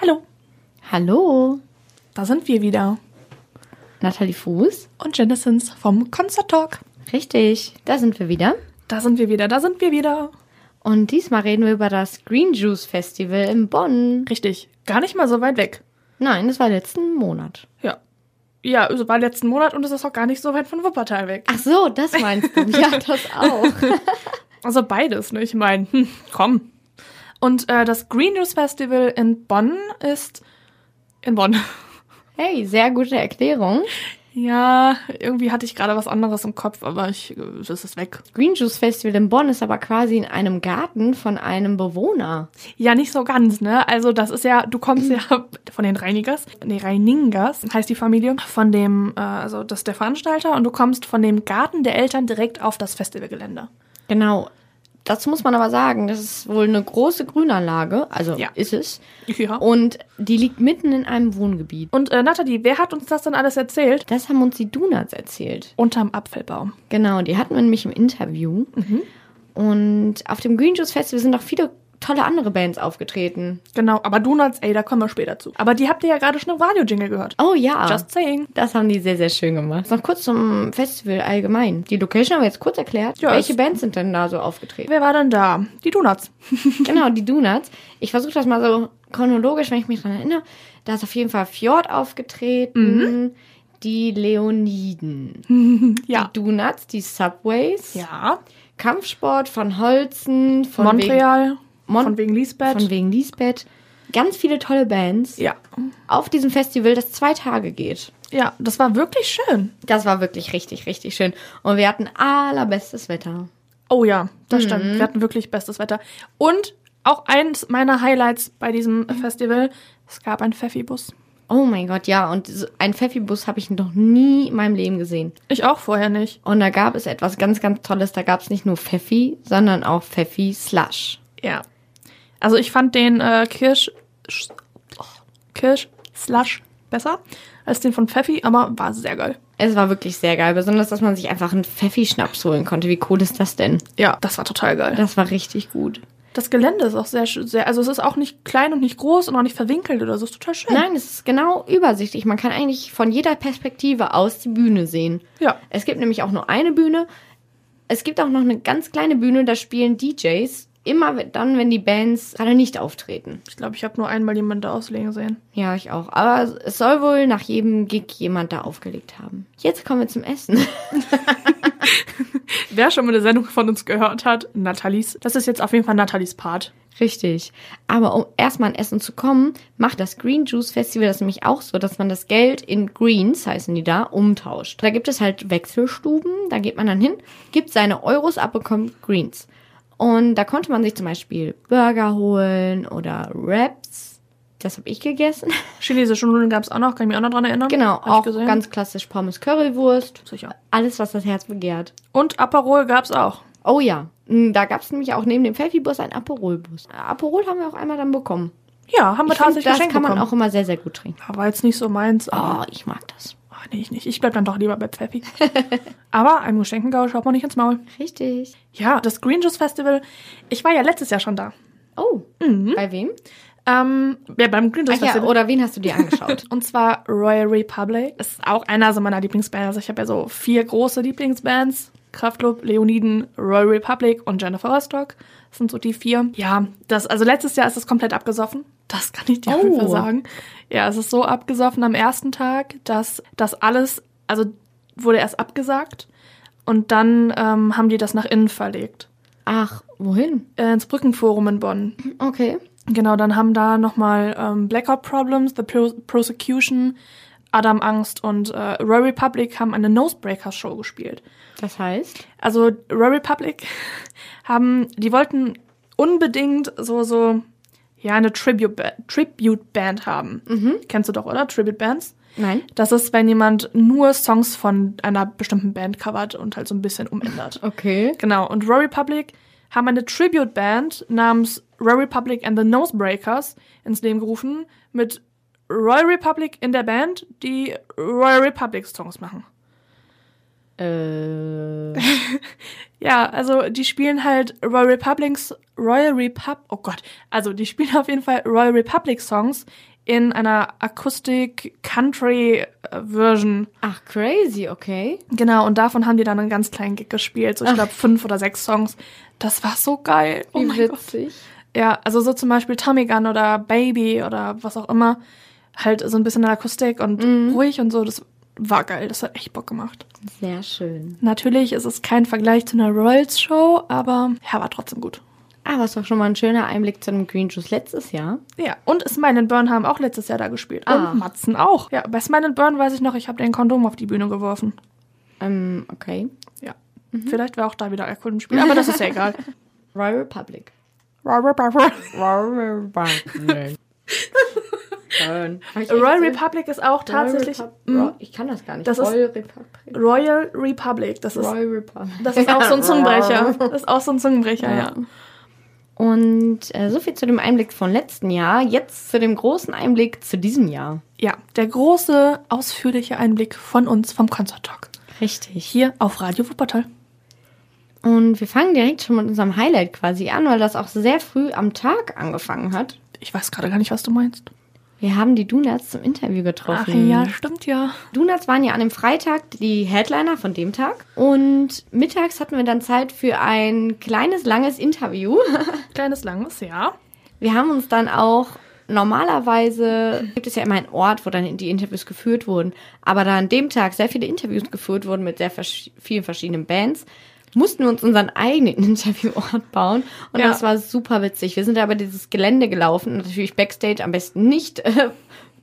Hallo, Hallo, da sind wir wieder. Nathalie Fuß. Und Jennisons vom Concert Talk. Richtig, da sind wir wieder. Da sind wir wieder, da sind wir wieder. Und diesmal reden wir über das Green Juice Festival in Bonn. Richtig, gar nicht mal so weit weg. Nein, das war letzten Monat. Ja. Ja, es war letzten Monat und es ist auch gar nicht so weit von Wuppertal weg. Ach so, das meinst du. ja, das auch. Also beides, ne? Ich meine, hm, komm. Und äh, das Green News Festival in Bonn ist in Bonn. Hey, sehr gute Erklärung. Ja, irgendwie hatte ich gerade was anderes im Kopf, aber ich, äh, es ist weg. Green Juice Festival in Bonn ist aber quasi in einem Garten von einem Bewohner. Ja, nicht so ganz, ne? Also das ist ja, du kommst ja von den Reinigers, nee, Reiningers heißt die Familie, von dem, äh, also das ist der Veranstalter und du kommst von dem Garten der Eltern direkt auf das Festivalgelände. Genau. Dazu muss man aber sagen, das ist wohl eine große Grünanlage, also Ja. ist es. Ja. Und die liegt mitten in einem Wohngebiet. Und äh, Nathalie, wer hat uns das denn alles erzählt? Das haben uns die Donuts erzählt. Unterm Apfelbaum. Genau, die hatten wir nämlich im Interview. Und auf dem Green Juice Festival sind auch viele tolle andere Bands aufgetreten. Genau, aber Donuts, ey, da kommen wir später zu. Aber die habt ihr ja gerade schon im Radio-Jingle gehört. Oh ja. Just saying. das haben die sehr, sehr schön gemacht. Noch kurz zum Festival allgemein. Die Location haben wir jetzt kurz erklärt. Ja, Welche es- Bands sind denn da so aufgetreten? Wer war denn da? Die Donuts. genau, die Donuts. Ich versuche das mal so chronologisch, wenn ich mich dran erinnere. Da ist auf jeden Fall Fjord aufgetreten. Die Leoniden. Ja. Die Donuts, die Subways. Ja. Kampfsport von Holzen. Von Montreal. Mon- von wegen Lisbeth. Von wegen Lisbeth. Ganz viele tolle Bands ja. auf diesem Festival, das zwei Tage geht. Ja, das war wirklich schön. Das war wirklich richtig, richtig schön. Und wir hatten allerbestes Wetter. Oh ja, das stimmt. Wir hatten wirklich bestes Wetter. Und auch eins meiner Highlights bei diesem Festival, es gab einen Pfeffibus. Oh mein Gott, ja. Und so- ein Pfeffibus habe ich noch nie in meinem Leben gesehen. Ich auch vorher nicht. Und da gab es etwas ganz, ganz Tolles. Da gab es nicht nur Pfeffi, sondern auch Pfeffi Slush. Ja. Also ich fand den äh, Kirsch, Sch- oh, Kirsch Slush besser als den von Pfeffi, aber war sehr geil. Es war wirklich sehr geil. Besonders, dass man sich einfach einen Pfeffi-Schnaps holen konnte. Wie cool ist das denn? Ja, das war total geil. Das war richtig gut. Das Gelände ist auch sehr, sch- sehr, also es ist auch nicht klein und nicht groß und auch nicht verwinkelt oder so, ist total schön. Nein, es ist genau übersichtlich. Man kann eigentlich von jeder Perspektive aus die Bühne sehen. Ja. Es gibt nämlich auch nur eine Bühne. Es gibt auch noch eine ganz kleine Bühne, da spielen DJs. Immer we- dann, wenn die Bands gerade nicht auftreten. Ich glaube, ich habe nur einmal jemanden da auslegen sehen. Ja, ich auch. Aber es soll wohl nach jedem Gig jemand da aufgelegt haben. Jetzt kommen wir zum Essen. Wer schon mal eine Sendung von uns gehört hat, Nathalies, das ist jetzt auf jeden Fall Nathalies Part. Richtig. Aber um erstmal an Essen zu kommen, macht das Green Juice Festival das nämlich auch so, dass man das Geld in Greens, heißen die da, umtauscht. Da gibt es halt Wechselstuben, da geht man dann hin, gibt seine Euros ab, bekommt Greens. Und da konnte man sich zum Beispiel Burger holen oder Wraps. Das habe ich gegessen. Chinesische Nudeln gab es auch noch, kann ich mich auch noch dran erinnern. Genau, Hab ich auch gesehen. ganz klassisch Pommes Currywurst. sicher. Alles, was das Herz begehrt. Und Aperol gab es auch. Oh ja, mh, da gab es nämlich auch neben dem Pfeffibus einen Aperolbus. Aperol haben wir auch einmal dann bekommen. Ja, haben wir Ich find, tatsächlich das geschenkt kann man bekommen. auch immer sehr, sehr gut trinken. Auch War jetzt nicht so meins, aber Oh, ich mag das. ach, nee, ich nicht. Ich bleib dann doch lieber bei Pfeffi. aber einem Geschenkengau schaut man nicht ins Maul. Richtig. Ja, das Green Juice Festival, ich war ja letztes Jahr schon da. Oh, bei wem? Ähm, ja, beim Green Juice Ach ja, Festival. oder wen hast du dir angeschaut? Und zwar Royal Republic. Ist auch einer so meiner Lieblingsbands. Also ich habe ja so vier große Lieblingsbands. Kraftklub, Leoniden, Royal Republic und Jennifer Rostock. Das sind so die vier. Ja, das, also letztes Jahr ist es komplett abgesoffen. Das kann ich dir auf jeden Fall Oh. sagen. Ja, es ist so abgesoffen am ersten Tag, dass das alles, also wurde erst abgesagt und dann ähm, haben die das nach innen verlegt. Ach, wohin? Äh, Ins Brückenforum in Bonn. Okay. Genau, dann haben da nochmal ähm, Blackout Problems, The Pro Prosecution, Adam Angst und äh, Royal Republic haben eine Nosebreaker-Show gespielt. Das heißt? Also Royal Republic haben, die wollten unbedingt so, so, ja, eine Tribute-Band Tribute -Band haben. Kennst du doch, oder? Tribute-Bands. Nein. Das ist, wenn jemand nur Songs von einer bestimmten Band covert und halt so ein bisschen umändert. Okay. Genau, und Royal Republic haben eine Tribute-Band namens Royal Republic and the Nosebreakers ins Leben gerufen mit Royal Republic in der Band, die Royal Republic Songs machen. Äh, Ja, also die spielen halt Royal Republics, Royal Repub, oh Gott, also die spielen auf jeden Fall Royal Republic Songs in einer Akustik Country äh, Version. ach, crazy, okay. Genau, und davon haben die dann einen ganz kleinen Gig gespielt, so ich Ach. glaube fünf oder sechs Songs. Das war so geil. Oh Wie mein Gott. witzig. Ja, also so zum Beispiel Tommy Gun oder Baby oder was auch immer. Halt so ein bisschen in der Akustik und Mhm. ruhig und so. Das war geil. Das hat echt Bock gemacht. Sehr schön. Natürlich ist es kein Vergleich zu einer Royals Show, aber ja, war trotzdem gut. Aber es war Ah, schon mal ein schöner Einblick zu dem Green Juice letztes Jahr. Ja, und Smile and Burn haben auch letztes Jahr da gespielt. Ah. Und Matzen auch. Ja, bei Smile and Burn weiß ich noch, ich habe den Kondom auf die Bühne geworfen. Ähm, okay. Ja. Mhm. Vielleicht war auch da wieder Alkohol im Spiel, aber das ist ja egal. Royal Republic. Royal Royal Republic. Schön. Hab ich echt gesagt? Republic ist auch Royal tatsächlich. Repub- mh, Ro- ich kann das gar nicht. Das ist- Royal Republic. Royal Republic, das ist Royal Republic. Das ist auch so ein Zungenbrecher. Das ist auch so ein Zungenbrecher, ja. Und äh, so viel zu dem Einblick von letzten Jahr. Jetzt zu dem großen Einblick zu diesem Jahr. Ja, der große, ausführliche Einblick von uns vom Concert Talk. Richtig. Hier auf Radio Wuppertal. Und wir fangen direkt schon mit unserem Highlight quasi an, weil das auch sehr früh am Tag angefangen hat. Ich weiß gerade gar nicht, was du meinst. Wir haben die Donuts zum Interview Ach getroffen. ja, stimmt ja. Donuts waren ja an dem Freitag die Headliner von dem Tag. Und mittags hatten wir dann Zeit für ein kleines, langes Interview. Kleines langes, ja. Wir haben uns dann auch normalerweise gibt es ja immer einen Ort, wo dann die Interviews geführt wurden. Aber da an dem Tag sehr viele Interviews geführt wurden mit sehr versch vielen verschiedenen Bands, mussten wir uns unseren eigenen Interviewort bauen. Und Ja. das war super witzig. Wir sind aber dieses Gelände gelaufen, natürlich Backstage am besten nicht, äh,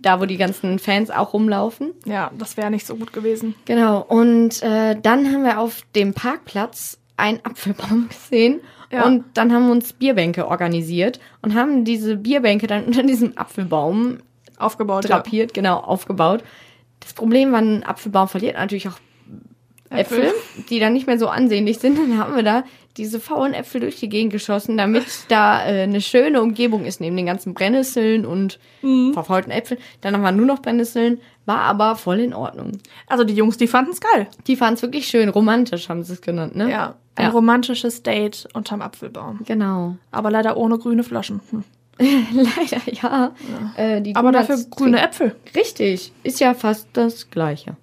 da wo die ganzen Fans auch rumlaufen. Ja, das wäre nicht so gut gewesen. Genau, und äh, dann haben wir auf dem Parkplatz einen Apfelbaum gesehen Ja. und dann haben wir uns Bierbänke organisiert und haben diese Bierbänke dann unter diesem Apfelbaum Aufgebaut. ja. drapiert, genau, aufgebaut. Das Problem war, ein Apfelbaum verliert natürlich auch Äpfel, Äpfel. die dann nicht mehr so ansehnlich sind. Dann haben wir da diese faulen Äpfel durch die Gegend geschossen, damit da äh, eine schöne Umgebung ist, neben den ganzen Brennnesseln und verfaulten Äpfeln. Dann waren nur noch Brennnesseln, war aber voll in Ordnung. Also die Jungs, die fanden es geil. Die fanden es wirklich schön, romantisch haben sie es genannt, ne? Ja. Ein Ja. romantisches Date unterm Apfelbaum. Genau. Aber leider ohne grüne Flaschen. Hm. Leider ja. Äh, die Aber Donuts dafür grüne trinken- Äpfel. Richtig, ist ja fast das Gleiche.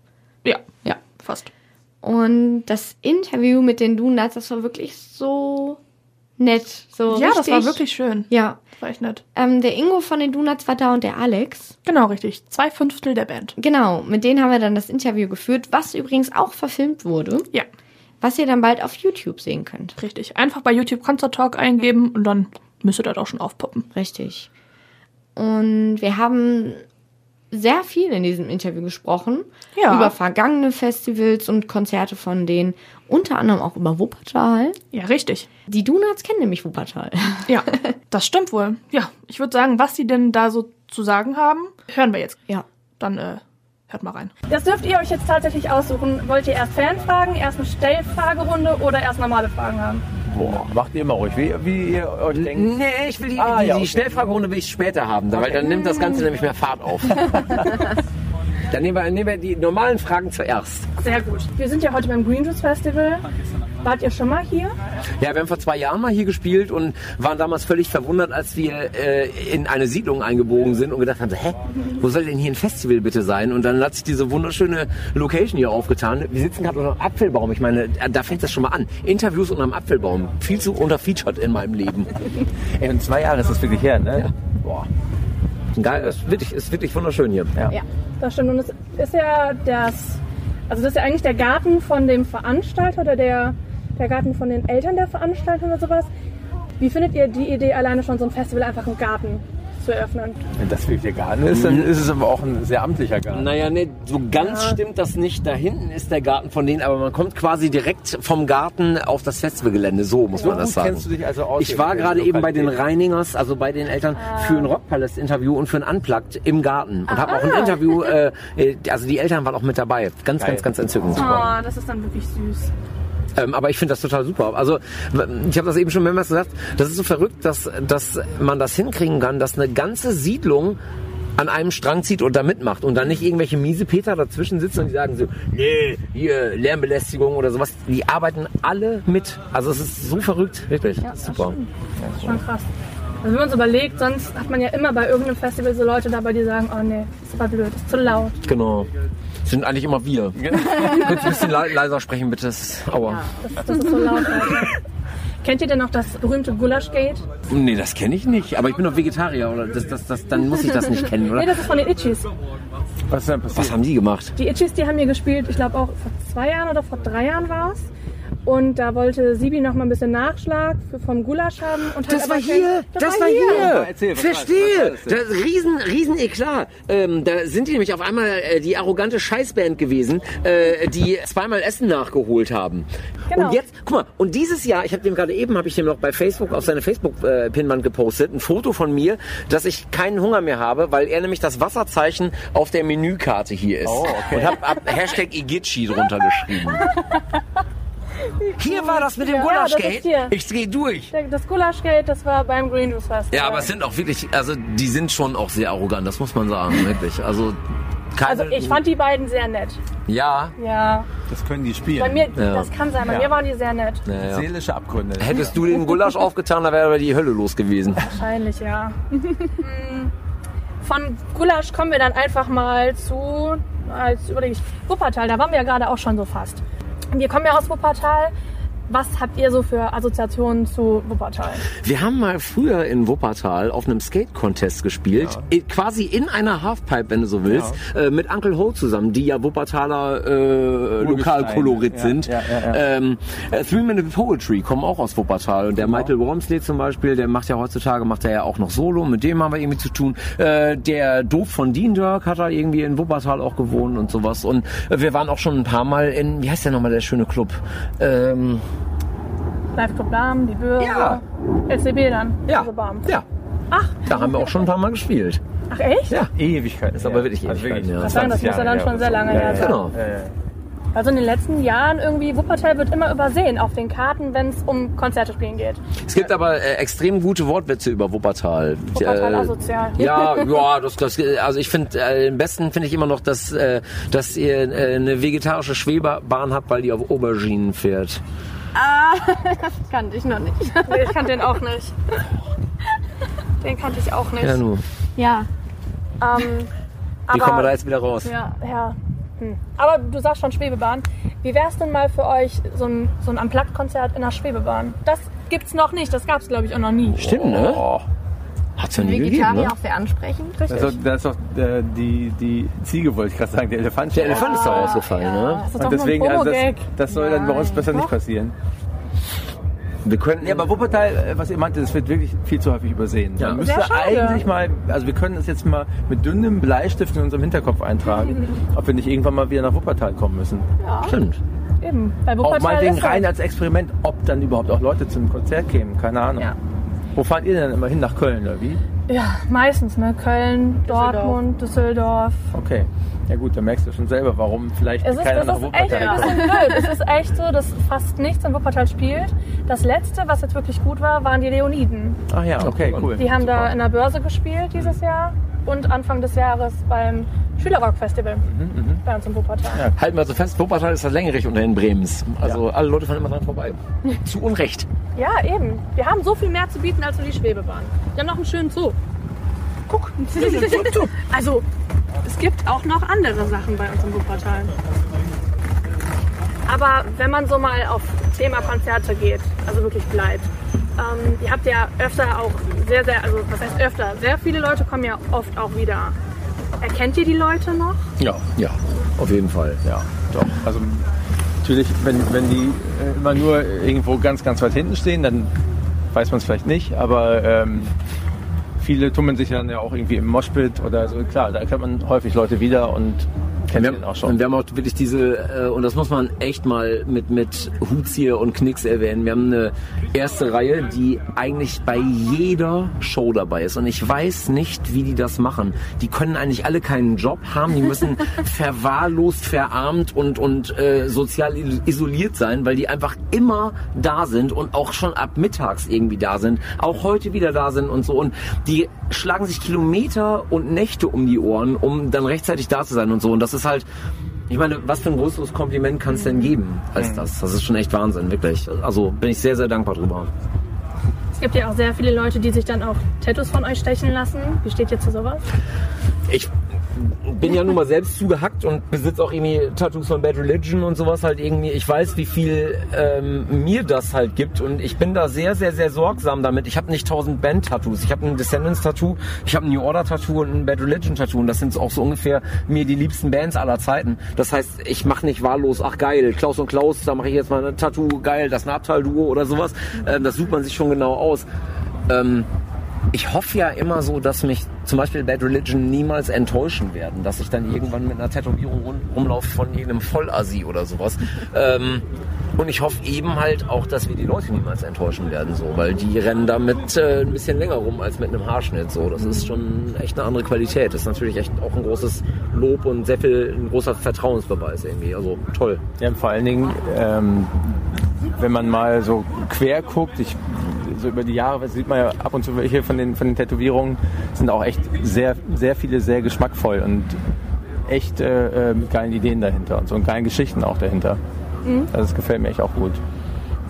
Ja, Ja. fast. Und das Interview mit den Donuts, das war wirklich so nett. So Ja, das richtig, war wirklich schön. Ja. Das war echt nett. Ähm, der Ingo von den Donuts war da und der Alex. Genau, richtig. Zwei Fünftel der Band. Genau, mit denen haben wir dann das Interview geführt, was übrigens auch verfilmt wurde, Ja. was ihr dann bald auf YouTube sehen könnt. Richtig. Einfach bei YouTube Concert Talk eingeben und dann müsste das auch schon aufpoppen. Richtig. Und wir haben sehr viel in diesem Interview gesprochen. Ja. Über vergangene Festivals und Konzerte von denen. Unter anderem auch über Wuppertal. Ja, richtig. Die Donuts kennen nämlich Wuppertal. Ja, das stimmt wohl. Ja, ich würde sagen, was die denn da so zu sagen haben, hören wir jetzt. Ja. Dann äh, hört mal rein. Das dürft ihr euch jetzt tatsächlich aussuchen. Wollt ihr erst Fanfragen, erst eine Stellfragerunde oder erst normale Fragen haben? Boah, macht ihr mal ruhig, wie, wie ihr euch denkt. Nee, ich will die, Ah, die, ja, okay. die Schnellfragerunde will ich später haben, weil dann nimmt das Ganze nämlich mehr Fahrt auf. dann nehmen wir, nehmen wir die normalen Fragen zuerst. Sehr gut. Wir sind ja heute beim Green Juice Festival. Wart ihr schon mal hier? Ja, wir haben vor zwei Jahren mal hier gespielt und waren damals völlig verwundert, als wir äh, in eine Siedlung eingebogen sind und gedacht haben, so, hä, wo soll denn hier ein Festival bitte sein? Und dann hat sich diese wunderschöne Location hier aufgetan. Wir sitzen gerade unter einem Apfelbaum. Ich meine, äh, da fängt das schon mal an. Interviews unter einem Apfelbaum. Viel zu unterfeatured in meinem Leben. Ey, in zwei Jahren ist das wirklich her, ne? Boah. Geil, ist wirklich, ist wirklich wunderschön hier. Ja. Das stimmt. Und es ist ja das, also das ist ja eigentlich der Garten von dem Veranstalter oder der, der Garten von den Eltern der Veranstalter oder sowas. Wie findet ihr die Idee, alleine schon so ein Festival einfach einen Garten zu eröffnen? Wenn das wirklich der Garten ist, Mhm. dann ist es aber auch ein sehr amtlicher Garten. Naja, ne, so ganz stimmt das nicht. Da hinten ist der Garten von denen, aber man kommt quasi direkt vom Garten auf das Festivalgelände. So muss So man das gut sagen. kennst du dich also aus ich hier war mit der gerade eben bei den Lokalität. Reiningers, also bei den Eltern, Ah. für ein Rockpalast-Interview und für ein Unplugged im Garten. Und habe auch ein Interview, äh, äh, also die Eltern waren auch mit dabei. Ganz, Geil. ganz, ganz entzückend. Oh, das ist dann wirklich süß. Ähm, aber ich finde das total super. Also ich habe das eben schon mehrmals gesagt, das ist so verrückt, dass, dass man das hinkriegen kann, dass eine ganze Siedlung an einem Strang zieht und da mitmacht und dann nicht irgendwelche miese Peter dazwischen sitzen und die sagen so, nee, hier Lärmbelästigung oder sowas. Die arbeiten alle mit. Also es ist so verrückt, wirklich. Das ist super. Das ist schon krass. Also wenn man es überlegt, sonst hat man ja immer bei irgendeinem Festival so Leute dabei, die sagen, oh nee, ist aber blöd, ist zu laut. Genau. Das sind eigentlich immer wir. Könntest ein bisschen le- leiser sprechen, bitte. Das ist, aua. Das, das ist so laut. Leute. Kennt ihr denn noch das berühmte Gulaschgate? Nee, das kenne ich nicht. Aber ich bin doch Vegetarier, oder? Das, das, das, dann muss ich das nicht kennen, Nee, oder? das ist von den Itchies. Was ist denn passiert? Was haben die gemacht? Die Itchies, die haben hier gespielt, ich glaube auch vor zwei Jahren oder vor drei Jahren war es. Und da wollte Sibi noch mal ein bisschen Nachschlag für, vom Gulasch haben. Und hat aber kein- Erzähl, was Verstehe! war's? Was Das ist riesen, riesen Eklat. Ähm, da sind die nämlich auf einmal äh, die arrogante Scheißband gewesen, äh, die zweimal Essen nachgeholt haben. Genau. Und jetzt, guck mal, und dieses Jahr, ich habe dem gerade eben, habe ich dem noch bei Facebook auf seine Facebook-Pinwand gepostet, ein Foto von mir, dass ich keinen Hunger mehr habe, weil er nämlich das Wasserzeichen auf der Menükarte hier ist. Oh, okay. Und habe hab Hashtag Igichi drunter geschrieben. Hier war das mit dem Ja, das ist Gulaschgate. hier. Ich gehe durch. Der- Das Gulaschgate, das war beim Green Juice Festival. Ja, aber es sind auch wirklich, also die sind schon auch sehr arrogant, das muss man sagen, wirklich. Also, keine, Also ich fand die beiden sehr nett. Ja, Ja, Das können die bei spielen. mir, Ja. das kann sein, bei Ja. mir waren die sehr nett. ja, ja. Seelische Abgründe. Hättest du den Gulasch aufgetan, da wäre aber die Hölle los gewesen. Wahrscheinlich, ja. Mm, Von Gulasch kommen wir dann einfach mal zu, als überlege ich, Wuppertal, da waren wir ja gerade auch schon so fast. Wir kommen ja aus Wuppertal. Was habt ihr so für Assoziationen zu Wuppertal? Wir haben mal früher in Wuppertal auf einem Skate-Contest gespielt, i- quasi in einer Halfpipe, wenn du so willst, äh, mit Uncle Ho zusammen, die ja Wuppertaler äh, Lokalkolorit Ja, sind. ja, ja, ja. Ähm, äh, Three Minute Poetry kommen auch aus Wuppertal und der Genau. Michael Wormsley zum Beispiel, der macht ja heutzutage, macht er ja auch noch Solo, mit dem haben wir irgendwie zu tun. Äh, der Doof von Dean Dirk hat da irgendwie in Wuppertal auch gewohnt und sowas und äh, wir waren auch schon ein paar Mal in, wie heißt der nochmal, der schöne Club? Ähm, Live Club Lahm, die Bürger, Ja. LCB dann, ja, also Barm. ja. Ach, Da haben wir auch schon ein paar Mal gespielt. ach echt? Ja. Ewigkeit. Also Ist aber wirklich Ewigkeiten, ja. Das sagen, das muss ja dann schon sehr lange her sein. Genau. Also in den letzten Jahren irgendwie, Wuppertal wird immer übersehen auf den Karten, wenn es um Konzerte spielen geht. Es gibt aber äh, extrem gute Wortwitze über Wuppertal. Äh, Wuppertal asozial. Ja, ja, das, das also ich finde äh, den besten finde ich immer noch, dass äh, dass ihr äh, eine vegetarische Schwebebahn habt, weil die auf Auberginen fährt. Kannte ich noch nicht. Nee, ich kannte den auch nicht. Den kannte ich auch nicht. Ja, nur. Ja. Ähm, Wie aber, kommen wir da jetzt wieder raus? Ja, ja. Hm. Aber du sagst schon Schwebebahn. Wie wär's denn mal für euch so ein, so ein Unplugged-Konzert in der Schwebebahn? Das gibt's noch nicht. Das gab's, glaube ich, auch noch nie. Stimmt, ne? Oh. Hat's ja nie gegeben, Vegetarier ne? auch sehr ansprechend. Das ist doch, das ist doch äh, die, die Ziege, wollte ich gerade sagen, der Elefant. Der Elefant ist doch rausgefallen, ne? Das ist Und doch nur ein deswegen, also das, Promo-Gag. das soll dann bei uns besser nicht passieren. Wir könnten Ja, aber Wuppertal, äh, was ihr meinte, das wird wirklich viel zu häufig übersehen. Ja. Man müsste Sehr schade. eigentlich mal, also wir können das jetzt mal mit dünnem Bleistift in unserem Hinterkopf eintragen, ob wir nicht irgendwann mal wieder nach Wuppertal kommen müssen. stimmt. Eben, bei Auch mal Wuppertal wegen ist halt rein das. als Experiment, ob dann überhaupt auch Leute zum Konzert kämen, keine Ahnung. Ja. Wo fahrt ihr denn immer hin? Nach Köln oder wie? Ja, meistens, ne? Köln, Dortmund, Düsseldorf. Okay. Ja gut, da merkst du schon selber, warum vielleicht Es ist, keiner das nach ist echt ein Wuppertal kommt. bisschen blöd. Es ist echt so, dass fast nichts in Wuppertal spielt. Das letzte, was jetzt wirklich gut war, waren die Leoniden. Ach ja, okay, cool. Die haben da in der Börse gespielt dieses Jahr und Anfang des Jahres beim Schülerrock-Festival bei uns im Wuppertal. Halten wir so fest, Wuppertal ist das Längerich unter den Bremens. Also alle Leute fahren immer dran vorbei. Zu Unrecht. Ja. eben. Wir haben so viel mehr zu bieten als nur die Schwebebahn. Wir haben noch einen schönen Zoo. Guck. also, es gibt auch noch andere Sachen bei uns im Wuppertal. Aber wenn man so mal auf Thema Konzerte geht, also wirklich bleibt, ähm, ihr habt ja öfter auch sehr, sehr, also was heißt öfter, sehr viele Leute kommen ja oft auch wieder. Erkennt ihr die Leute noch? Ja, ja, auf jeden Fall. Ja, doch. Also natürlich, wenn, wenn die äh, immer nur irgendwo ganz, ganz weit hinten stehen, dann weiß man es vielleicht nicht, aber ähm, viele tummeln sich dann ja auch irgendwie im Moshpit oder so. Klar, da erkennt man häufig Leute wieder und Kennt wir den haben, auch schon. Und wir haben auch wirklich diese, äh, und das muss man echt mal mit, mit Hutzieher und Knicks erwähnen. Wir haben eine erste Reihe, die eigentlich bei jeder Show dabei ist. Und ich weiß nicht, wie die das machen. Die können eigentlich alle keinen Job haben. Die müssen verwahrlost, verarmt und, und äh, sozial il- isoliert sein, weil die einfach immer da sind und auch schon ab mittags irgendwie da sind. Auch heute wieder da sind und so. Und die schlagen sich Kilometer und Nächte um die Ohren, um dann rechtzeitig da zu sein und so. Und das ist halt, ich meine, was für ein größeres Kompliment kann es denn geben als das? Das ist schon echt Wahnsinn, wirklich. Also bin ich sehr, sehr dankbar drüber. Es gibt ja auch sehr viele Leute, die sich dann auch Tattoos von euch stechen lassen. Wie steht ihr zu sowas? Ich bin ja nun mal selbst zugehackt und besitze auch irgendwie Tattoos von Bad Religion und sowas halt irgendwie. Ich weiß, wie viel ähm, mir das halt gibt und ich bin da sehr, sehr, sehr sorgsam damit. Ich habe nicht tausend Band-Tattoos. Ich habe ein Descendants-Tattoo, ich habe ein New Order-Tattoo und ein Bad Religion-Tattoo und das sind auch so ungefähr mir die liebsten Bands aller Zeiten. Das heißt, ich mache nicht wahllos, ach geil, Klaus und Klaus, da mache ich jetzt mal ein Tattoo, geil, das ist ein Abteil-Duo oder sowas. Ähm, das sucht man sich schon genau aus. Ähm, ich hoffe ja immer so, dass mich zum Beispiel Bad Religion niemals enttäuschen werden, dass ich dann irgendwann mit einer Tätowierung rum- rumlaufe von irgendeinem Vollasi oder sowas. ähm, und ich hoffe eben halt auch, dass wir die Leute niemals enttäuschen werden, so, weil die rennen damit äh, ein bisschen länger rum als mit einem Haarschnitt. So, das ist schon echt eine andere Qualität. Das ist natürlich echt auch ein großes Lob und sehr viel ein großer Vertrauensbeweis irgendwie. Also toll. Ja, und vor allen Dingen, ähm, wenn man mal so quer guckt, ich, so über die Jahre sieht man ja ab und zu welche von den, von den Tätowierungen, sind auch echt sehr, sehr viele sehr geschmackvoll und echt äh, ähm, geilen Ideen dahinter und so und geilen Geschichten auch dahinter. Also das gefällt mir echt auch gut.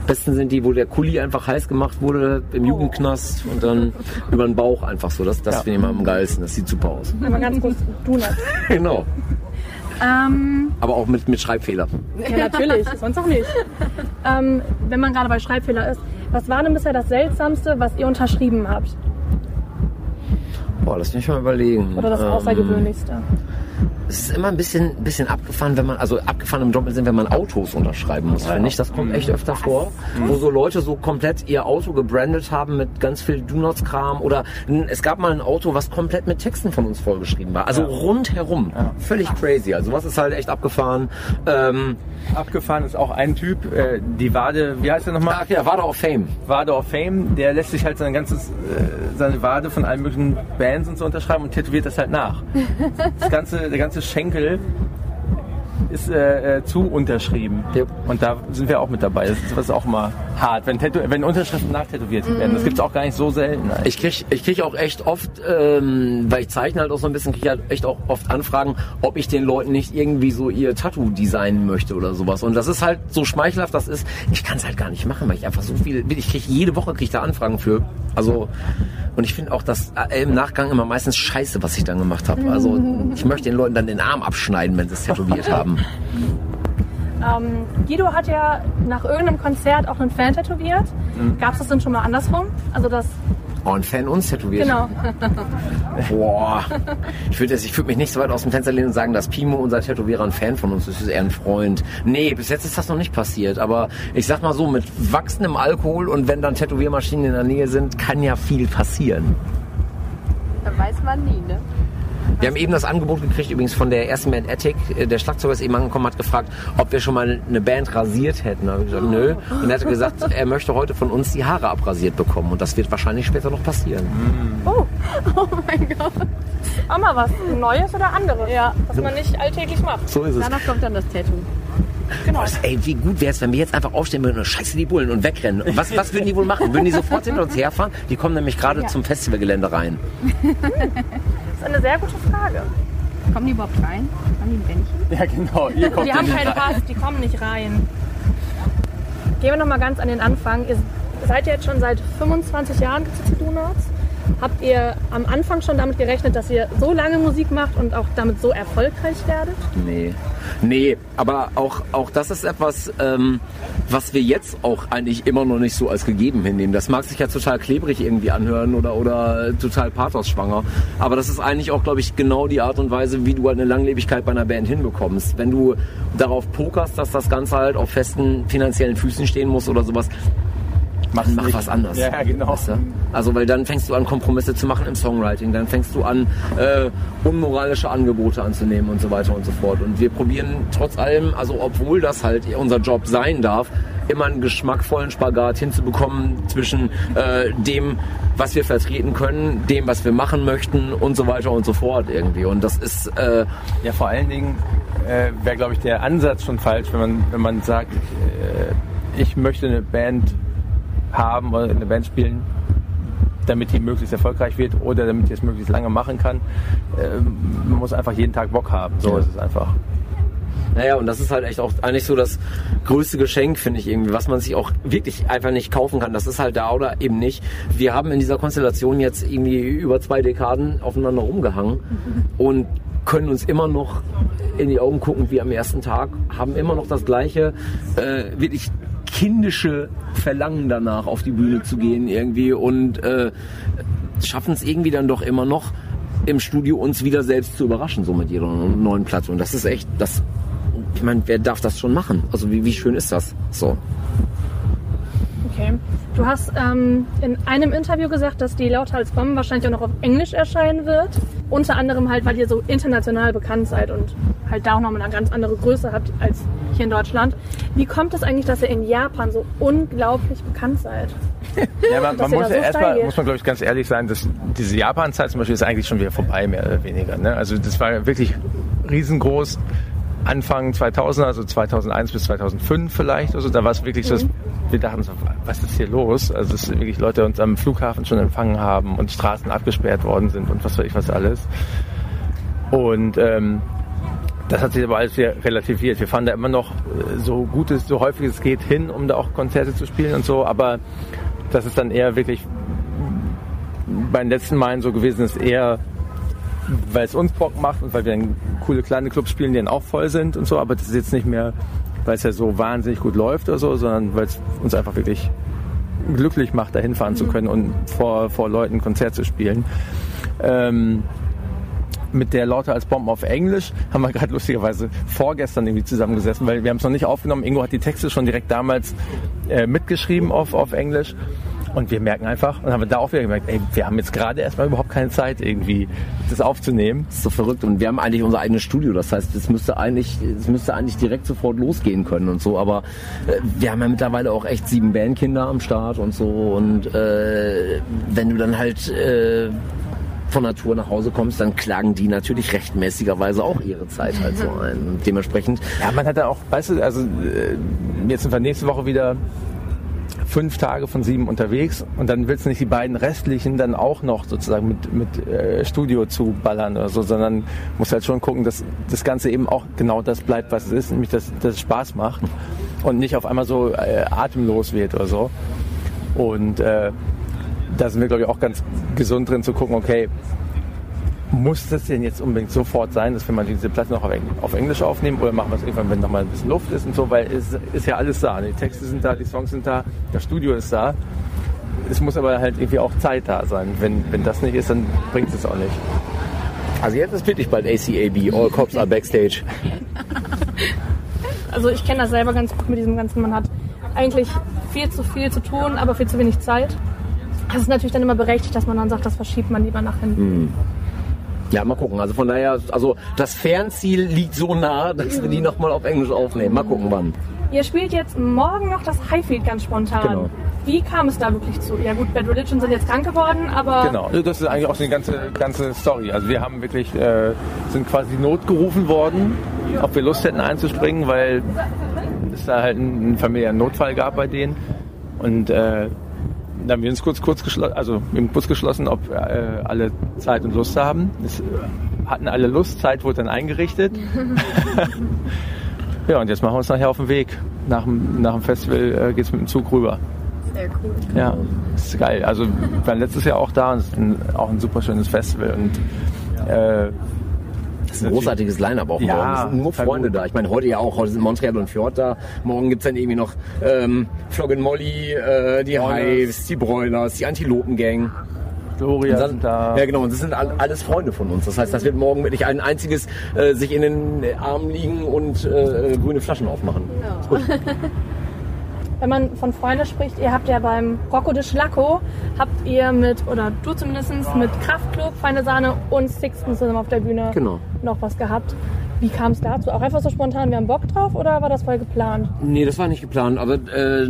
Besten sind die, wo der Kuli einfach heiß gemacht wurde im Oh. Jugendknast und dann über den Bauch einfach so. Das, das Ja. finde ich mal am geilsten. Das sieht super aus. Einmal ganz kurz Donut. genau. Ähm, Aber auch mit, mit Schreibfehler. ja, natürlich, sonst auch nicht. Ähm, wenn man gerade bei Schreibfehler ist, was war denn bisher das Seltsamste, was ihr unterschrieben habt? Boah, lass mich mal überlegen. Oder das Ähm, Außergewöhnlichste? Es ist immer ein bisschen, bisschen abgefahren, wenn man, also abgefahren im Job sind, wenn man Autos unterschreiben muss, finde ich. Das kommt echt öfter vor. Wo so Leute so komplett ihr Auto gebrandet haben mit ganz viel Do-Nots-Kram oder n- es gab mal ein Auto, was komplett mit Texten von uns vollgeschrieben war. Also rundherum. Völlig crazy. Also was ist halt echt abgefahren. Ähm, Abgefahren ist auch ein Typ, äh, die Wade, wie heißt der nochmal? ach ja, war da auch Fame. Wade of Fame, der lässt sich halt sein ganzes, äh, seine Wade von allen möglichen Bands und so unterschreiben und tätowiert das halt nach. Das ganze, der ganze Schenkel ist äh, äh, zu unterschrieben. Yep. Und da sind wir auch mit dabei. Das ist, das ist auch immer hart, wenn, Tätow wenn Unterschriften nachtätowiert werden. Das gibt's auch gar nicht so selten. eigentlich. Ich krieg, ich krieg auch echt oft, ähm, weil ich zeichne halt auch so ein bisschen, krieg ich halt echt auch oft Anfragen, ob ich den Leuten nicht irgendwie so ihr Tattoo designen möchte oder sowas. Und das ist halt so schmeichelhaft, das ist, ich kann es halt gar nicht machen, weil ich einfach so viel, ich krieg jede Woche krieg ich da Anfragen für. Also und ich finde auch das äh, im Nachgang immer meistens Scheiße, was ich dann gemacht habe. Also ich möchte den Leuten dann den Arm abschneiden, wenn sie es tätowiert haben. Ähm, Guido hat ja nach irgendeinem Konzert auch einen Fan tätowiert. Gab es das denn schon mal andersrum? Also das, Oh, ein Fan uns tätowiert. genau. Boah. Ich würde würd mich nicht so weit aus dem Fenster lehnen und sagen, dass Pimo, unser Tätowierer, ein Fan von uns ist. Es ist eher ein Freund. Nee, bis jetzt ist das noch nicht passiert. Aber ich sag mal so, mit wachsendem Alkohol und wenn dann Tätowiermaschinen in der Nähe sind, kann ja viel passieren. Da weiß man nie, ne? Wir haben eben das Angebot gekriegt, übrigens von der ersten Band Attic. Äh, Der Schlagzeuger ist eben angekommen, hat gefragt, ob wir schon mal eine Band rasiert hätten. Da habe ich gesagt, nö. Oh. Und er hat gesagt, er möchte heute von uns die Haare abrasiert bekommen. Und das wird wahrscheinlich später noch passieren. Auch mal was Neues oder anderes, ja. was man nicht alltäglich macht. So ist es. Danach kommt dann das Tattoo. Boah, das- ey, wie gut wäre es, wenn wir jetzt einfach aufstehen würden und scheiße die Bullen und wegrennen. Und was, was würden die wohl machen? Würden die sofort hinter uns herfahren? Die kommen nämlich gerade zum Festivalgelände rein. Das ist eine sehr gute Frage. Kommen die überhaupt rein? Haben die ein Bändchen? Ja, genau. Ihr kommt Die ja haben nicht keinen rein. Pass, die kommen nicht rein. Gehen wir nochmal ganz an den Anfang. Ihr seid ja jetzt schon seit 25 Jahren gibt's jetzt die Donuts. Habt ihr am Anfang schon damit gerechnet, dass ihr so lange Musik macht und auch damit so erfolgreich werdet? Nee. Nee, aber auch, auch das ist etwas, ähm, was wir jetzt auch eigentlich immer noch nicht so als gegeben hinnehmen. Das mag sich ja total klebrig irgendwie anhören oder, oder total pathosschwanger. Aber das ist eigentlich auch, glaube ich, genau die Art und Weise, wie du halt eine Langlebigkeit bei einer Band hinbekommst. Wenn du darauf pokerst, dass das Ganze halt auf festen finanziellen Füßen stehen muss oder sowas, Mach's mach nicht. was anderes. Ja, genau. Weißt du? Also, weil dann fängst du an, Kompromisse zu machen im Songwriting, dann fängst du an, äh, unmoralische Angebote anzunehmen und so weiter und so fort. Und wir probieren trotz allem, also obwohl das halt unser Job sein darf, immer einen geschmackvollen Spagat hinzubekommen zwischen äh, dem, was wir vertreten können, dem, was wir machen möchten und so weiter und so fort irgendwie. Und das ist äh, Ja, vor allen Dingen äh, wäre, glaube ich, der Ansatz schon falsch, wenn man, wenn man sagt, äh, ich möchte eine Band haben oder eine Band spielen, damit die möglichst erfolgreich wird oder damit ich es möglichst lange machen kann. Äh, man muss einfach jeden Tag Bock haben. So ist es einfach. Naja, und das ist halt echt auch eigentlich so das größte Geschenk, finde ich irgendwie, was man sich auch wirklich einfach nicht kaufen kann. Das ist halt da oder eben nicht. Wir haben in dieser Konstellation jetzt irgendwie über zwei Dekaden aufeinander rumgehangen und können uns immer noch in die Augen gucken wie am ersten Tag, haben immer noch das gleiche, äh, wirklich kindische Verlangen danach, auf die Bühne zu gehen irgendwie und äh, schaffen es irgendwie dann doch immer noch im Studio uns wieder selbst zu überraschen, so mit ihrer neuen Platte. Und das ist echt, das, ich meine, wer darf das schon machen? Also wie, wie schön ist das? So. Okay. Du hast ähm, in einem Interview gesagt, dass die Lauter als Bomben wahrscheinlich auch noch auf Englisch erscheinen wird. Unter anderem halt, weil ihr so international bekannt seid und halt da auch nochmal eine ganz andere Größe habt als hier in Deutschland. Wie kommt es eigentlich, dass ihr in Japan so unglaublich bekannt seid? Ja, man, ihr man da muss so ja erstmal, steil muss man glaube ich ganz ehrlich sein, dass diese Japan-Zeit zum Beispiel ist eigentlich schon wieder vorbei, mehr oder weniger. Ne? Also das war wirklich riesengroß. Anfang 2000, also 2001 bis 2005 vielleicht, also da war es wirklich so, Mhm. dass wir dachten so, was ist hier los? Also dass wirklich Leute uns am Flughafen schon empfangen haben und Straßen abgesperrt worden sind und was weiß ich was alles. Und ähm, das hat sich aber alles wieder relativiert. Wir fahren da immer noch äh, so gut es, so häufig es geht hin, um da auch Konzerte zu spielen und so, aber das ist dann eher wirklich bei den letzten Malen so gewesen ist, eher weil es uns Bock macht und weil wir dann coole kleine Clubs spielen, die dann auch voll sind und so, aber das ist jetzt nicht mehr, weil es ja so wahnsinnig gut läuft oder so, sondern weil es uns einfach wirklich glücklich macht, da hinfahren zu können und vor, vor Leuten ein Konzert zu spielen. Ähm, mit der Lauter als Bomben auf Englisch haben wir gerade lustigerweise vorgestern irgendwie zusammengesessen, weil wir haben es noch nicht aufgenommen. Ingo hat die Texte schon direkt damals äh, mitgeschrieben auf, auf Englisch. Und wir merken einfach, und haben wir da auch wieder gemerkt, ey, wir haben jetzt gerade erstmal überhaupt keine Zeit, irgendwie das aufzunehmen. Das ist so verrückt. Und wir haben eigentlich unser eigenes Studio. Das heißt, es müsste eigentlich, es müsste eigentlich direkt sofort losgehen können und so. Aber äh, wir haben ja mittlerweile auch echt sieben Bandkinder am Start und so. Und äh, wenn du dann halt äh, von Natur nach Hause kommst, dann klagen die natürlich rechtmäßigerweise auch ihre Zeit halt so ein. Und dementsprechend Ja, man hat dann auch, weißt du, also äh, jetzt sind wir nächste Woche wieder fünf Tage von sieben unterwegs und dann willst du nicht die beiden restlichen dann auch noch sozusagen mit, mit äh, Studio zu ballern oder so, sondern musst halt schon gucken, dass das Ganze eben auch genau das bleibt, was es ist, nämlich dass, dass es Spaß macht und nicht auf einmal so äh, atemlos wird oder so. Und äh, da sind wir, glaube ich, auch ganz gesund drin zu gucken, okay, muss das denn jetzt unbedingt sofort sein, dass wir mal diese Platte noch auf Eng- auf Englisch aufnehmen oder machen wir es irgendwann, wenn noch mal ein bisschen Luft ist und so, weil es ist ja alles da. ne? Die Texte sind da, die Songs sind da, das Studio ist da. Es muss aber halt irgendwie auch Zeit da sein. Wenn, wenn das nicht ist, dann bringt es auch nicht. Also jetzt ist wirklich bald ACAB, All Cops are Backstage. Also ich kenne das selber ganz gut mit diesem ganzen, man hat eigentlich viel zu viel zu tun, aber viel zu wenig Zeit. Das ist natürlich dann immer berechtigt, dass man dann sagt, das verschiebt man lieber nach Mhm. hinten. Ja, mal gucken. Also von daher, also das Fernziel liegt so nah, dass wir die nochmal auf Englisch aufnehmen. Mal gucken wann. Ihr spielt jetzt morgen noch das Highfield ganz spontan. Genau. Wie kam es da wirklich zu? Ja gut, Bad Religion sind jetzt krank geworden, aber Genau, also das ist eigentlich auch so die ganze, ganze Story. Also wir haben wirklich, äh, sind quasi notgerufen worden, ob wir Lust hätten einzuspringen, weil es da halt einen, einen familiären Notfall gab bei denen. Und äh, dann haben wir uns kurz, kurz geschlossen, also im Bus geschlossen, ob äh, alle Zeit und Lust haben. Es, äh, hatten alle Lust, Zeit wurde dann eingerichtet. ja, und jetzt machen wir uns nachher auf den Weg. Nach dem, nach dem Festival äh, geht's mit dem Zug rüber. Ja, ist geil. Also wir waren letztes Jahr auch da und es ist ein, auch ein super schönes Festival und äh, Das ist ein großartiges Line-Up auch Ja, morgen. Es sind nur total Freunde gut. da. Ich meine, heute ja auch. Heute sind Montreal und Fjord da. Morgen gibt's dann irgendwie noch ähm, Floggin Molly, äh, die Hives, die Broilers, die Antilopen-Gang. Gloria Und sind dann- da. Ja, genau. Und das sind all- alles Freunde von uns. Das heißt, das wird morgen wirklich ein einziges äh, sich in den Arm liegen und äh, grüne Flaschen aufmachen. wenn man von Freunden spricht, ihr habt ja beim Rocco de Schlacco, habt ihr mit, oder du zumindest, mit Kraftklub, Feine Sahne und Sixten zusammen auf der Bühne Genau. noch was gehabt. Wie kam es dazu? Auch einfach so spontan, wir haben Bock drauf oder war das voll geplant? Nee, das war nicht geplant, aber äh,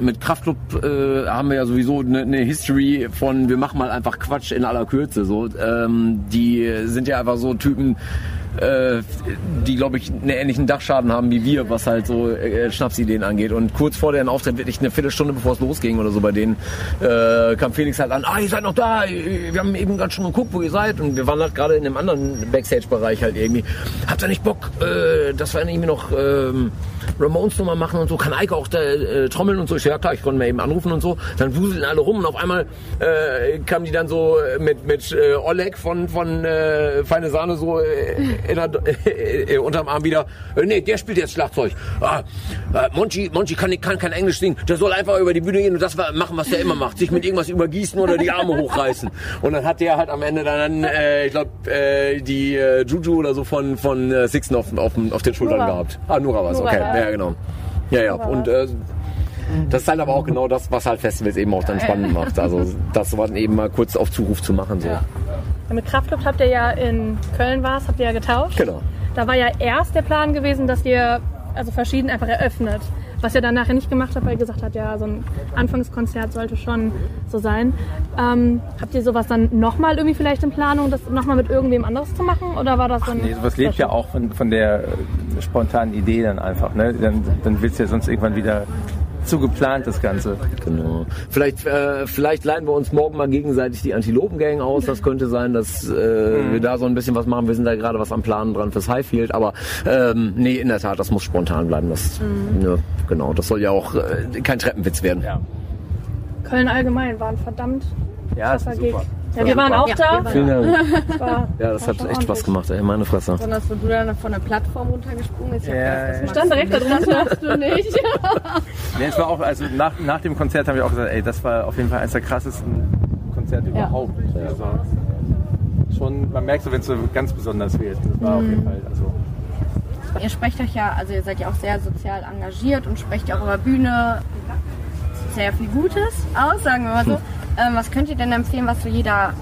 mit Kraftclub äh, haben wir ja sowieso eine ne History von wir machen mal einfach Quatsch in aller Kürze. So, ähm, die sind ja einfach so Typen, äh, die glaube ich einen ähnlichen Dachschaden haben wie wir, was halt so äh, Schnapsideen angeht. Und kurz vor deren Auftritt, wirklich eine Viertelstunde bevor es losging oder so bei denen, äh, kam Felix halt an, ah, ihr seid noch da, wir haben eben gerade schon geguckt, wo ihr seid. Und wir waren halt gerade in einem anderen Backstage-Bereich halt irgendwie. Habt ihr nicht Bock, äh, dass wir irgendwie noch ähm, Ramones Nummer machen und so? Kann Eike auch da, äh, trommeln und so? Ich, so, ja klar, ich konnte mir eben anrufen und so. Dann wuseln alle rum und auf einmal äh, kamen die dann so mit, mit äh, Oleg von, von äh, Feine Sahne so äh, in der, äh, unterm Arm wieder. Äh, nee, der spielt jetzt Schlagzeug. Ah, äh, Monchi, Monchi kann, nicht- kann kein Englisch singen. Der soll einfach über die Bühne gehen und das wa- machen, was der immer macht. Sich mit irgendwas übergießen oder die Arme hochreißen. Und dann hat der halt am Ende dann, äh, ich glaube, äh, die äh, Juju oder so von, von äh, Sixten auf, auf, auf den Schultern Nora. gehabt. Ah, Nora war es, Nora okay. war- Ja, genau. Ja, ja. Und äh, das ist halt aber auch genau das, was halt Festivals eben auch dann spannend macht. Also das war dann eben mal kurz auf Zuruf zu machen. So. Ja, Mit Kraftclub habt ihr ja in Köln war's, habt ihr ja getauscht. Genau. Da war ja erst der Plan gewesen, dass ihr also verschieden einfach eröffnet. Was ihr dann nachher nicht gemacht habt, weil ihr gesagt habt, ja, so ein Anfangskonzert sollte schon so sein. Ähm, habt ihr sowas dann nochmal irgendwie vielleicht in Planung, das nochmal mit irgendwem anderes zu machen? Oder war das dann. Nee, sowas lebt ja auch von, von der äh, spontanen Idee dann einfach. Ne? Dann, dann wird es ja sonst irgendwann wieder zu geplant, das Ganze. Genau. Vielleicht, äh, vielleicht leiten wir uns morgen mal gegenseitig die Antilopengang aus. Das könnte sein, dass äh, wir da so ein bisschen was machen. Wir sind da gerade was am Planen dran fürs Highfield. Aber ähm, nee, in der Tat, das muss spontan bleiben. Das, ne, genau, das soll ja auch äh, kein Treppenwitz werden. Ja. Köln allgemein war ein verdammt Ja, krasser ist Gig. super. Ja, wir waren auch Ja, da. wir waren- Vielen Dank. War, Ja, das war hat schon echt Spaß ordentlich. gemacht. Ey, meine Fresse. Besonders, wo du dann von der Plattform runtergesprungen bist. Ich hab Ja, gedacht, das ja. machst Stand du direkt nicht. darunter. Das machst du nicht. Nee, es war auch, also nach, nach dem Konzert haben wir auch gesagt, ey, das war auf jeden Fall eines der krassesten Konzerte überhaupt. Also, schon, man merkt so, wenn es so ganz besonders wird. Das war auf jeden Fall. Also, Ihr sprecht euch ja, also ihr seid ja auch sehr sozial engagiert und sprecht ja auch über Bühne sehr viel Gutes aus, sagen wir mal Hm. so. Ähm, was könnt ihr denn empfehlen, was so jeder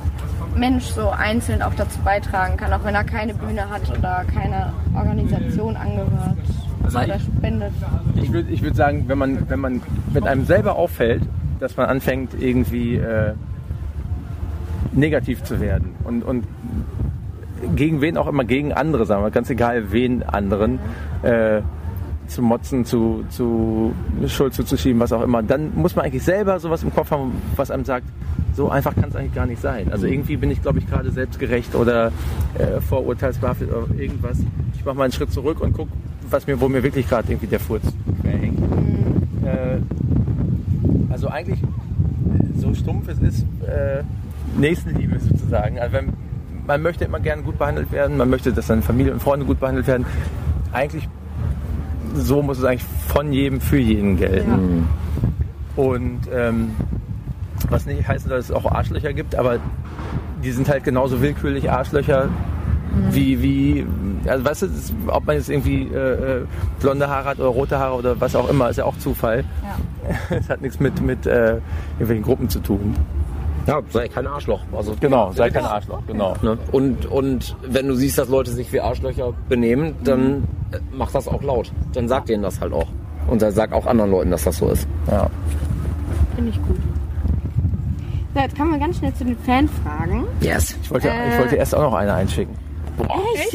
Mensch so einzeln auch dazu beitragen kann, auch wenn er keine Bühne hat oder keine Organisation Hm. angehört Also oder spendet? ich würde ich würd sagen, wenn man, wenn man mit einem selber auffällt, dass man anfängt, irgendwie äh, negativ zu werden und, und gegen wen auch immer, gegen andere, sagen wir, ganz egal wen anderen, äh, zu motzen, zu, zu Schuld zuzuschieben, was auch immer, dann muss man eigentlich selber sowas im Kopf haben, was einem sagt, so einfach kann es eigentlich gar nicht sein. Also irgendwie bin ich, glaube ich, gerade selbstgerecht oder äh, vorurteilsbar oder irgendwas. Ich mache mal einen Schritt zurück und gucke, was mir, wo mir wirklich gerade irgendwie der Furz quer hängt. Äh, also eigentlich, so stumpf es ist, äh, Nächstenliebe sozusagen. Also wenn, man möchte immer gerne gut behandelt werden, man möchte, dass seine Familie und Freunde gut behandelt werden. Eigentlich, so muss es eigentlich von jedem für jeden gelten. Und ähm, was nicht heißen soll, dass es auch Arschlöcher gibt, aber die sind halt genauso willkürlich Arschlöcher wie, wie, also weißt du, das- ob man jetzt irgendwie äh, äh, blonde Haare hat oder rote Haare oder was auch immer, ist ja auch Zufall. Es hat nichts mit, mit äh, irgendwelchen Gruppen zu tun. Ja, sei kein Arschloch. Also, Genau, sei kein Arschloch, genau. Ne? Und, und wenn du siehst, dass Leute sich wie Arschlöcher benehmen, dann äh, mach das auch laut. Dann sag denen das halt auch. Und dann sag auch anderen Leuten, dass das so ist. Ja. Finde ich gut. So, jetzt kommen wir ganz schnell zu den Fanfragen. Yes. Ich, wollte, ich wollte erst auch noch eine einschicken. Boah. Echt?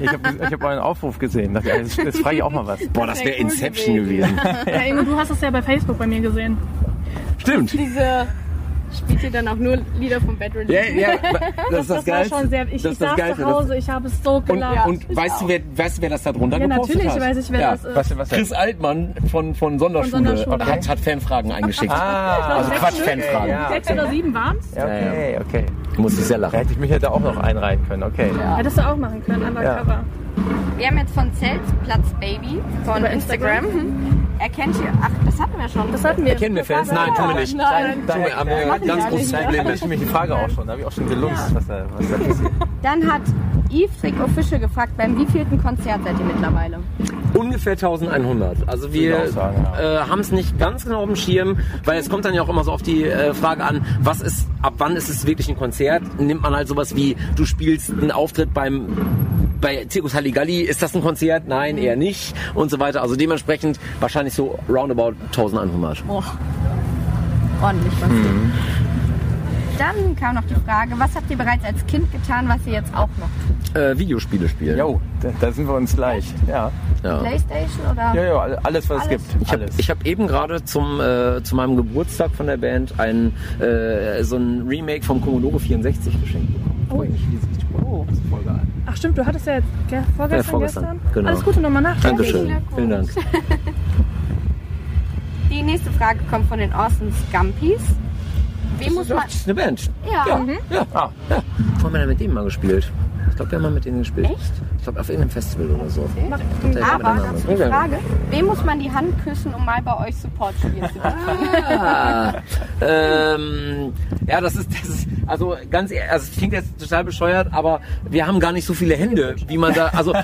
Ich habe ich hab euren Aufruf gesehen. Dachte, jetzt jetzt frage ich auch mal was. Boah, das wäre Inception gewesen. Ja, Ingo, du hast es ja bei Facebook bei mir gesehen. Stimmt. Diese spielt ihr dann auch nur Lieder vom Bad Religion? Ja, ja, das ist das, Das, war Geilste. schon sehr. Ich, das ich ist das saß Geilste. zu Hause, ich habe es so und gelacht. und weißt, du, wer, weißt du, wer das da drunter ja, gepostet natürlich hat? weiß ich, wer Ja. das ist. Was, was äh, Chris denn? Altmann von, von Sonderschule, Von Sonderschule. Hat, hat Fanfragen eingeschickt. Ah, sechs also Stück. Quatsch-Fanfragen. Ja, Sechs oder sieben waren es? ja, okay, okay. Muss ich sehr Da lachen. hätte ich mich ja da auch noch einreihen können, okay. Hättest du auch machen können, undercover. Wir haben jetzt von Zeltplatz Baby von Instagram. Erkennt ihr? Ach, das hatten wir schon. Das hatten wir. Kennen wir Fans? Nein, tun wir nicht. Nein. Tun wir, haben wir ein ganz großes Da Problem habe mit. ich mich die Frage auch schon, da habe ich auch schon gelunzt, was da, was da passiert. Dann hat Yves Trick Official gefragt, beim wievielten Konzert seid ihr mittlerweile? ungefähr 1100. Also wir Würde ich auch sagen, äh, haben es nicht ganz genau auf dem Schirm, weil es kommt dann ja auch immer so auf die äh, Frage an, was ist, ab wann ist es wirklich ein Konzert? Nimmt man halt sowas wie, du spielst einen Auftritt beim bei Zirkus Halligalli, ist das ein Konzert? Nein, eher nicht und so weiter. Also dementsprechend wahrscheinlich so roundabout 1100. Oh, ordentlich was. Hm. Dann kam noch die Frage, was habt ihr bereits als Kind getan, was ihr jetzt auch noch tut? Äh, Videospiele spielen. Jo, da, da sind wir uns gleich. Ja, Ja. Playstation oder? ja, ja alles, was Alles. es gibt. Ich habe alles. hab eben gerade zum äh, zu meinem Geburtstag von der Band ein äh, so ein Remake vom Commodore 64 geschenkt bekommen. Oh, das ist voll geil. Ach stimmt, du hattest ja jetzt ge- vorgestern, Ja, vorgestern, gestern. genau. Alles Gute nochmal nach. Dankeschön. Glückwunsch. Vielen Dank. Die nächste Frage kommt von den Austin Scumpies. Wem muss man. Das ist eine Band. Ja, Ja, mhm. ja, ah, ja. Vorhin haben wir mit denen mal gespielt. Ich glaube, wir haben mal mit denen gespielt. Echt? Ich glaube, auf irgendeinem Festival oder so. Aber dazu die Ja. Frage, wem muss man die Hand küssen, um mal bei euch Support spielen zu dürfen? Ähm, ja, das ist, das ist also ganz, ehr- also es klingt jetzt total bescheuert, aber wir haben gar nicht so viele Hände, wie man da, also äh,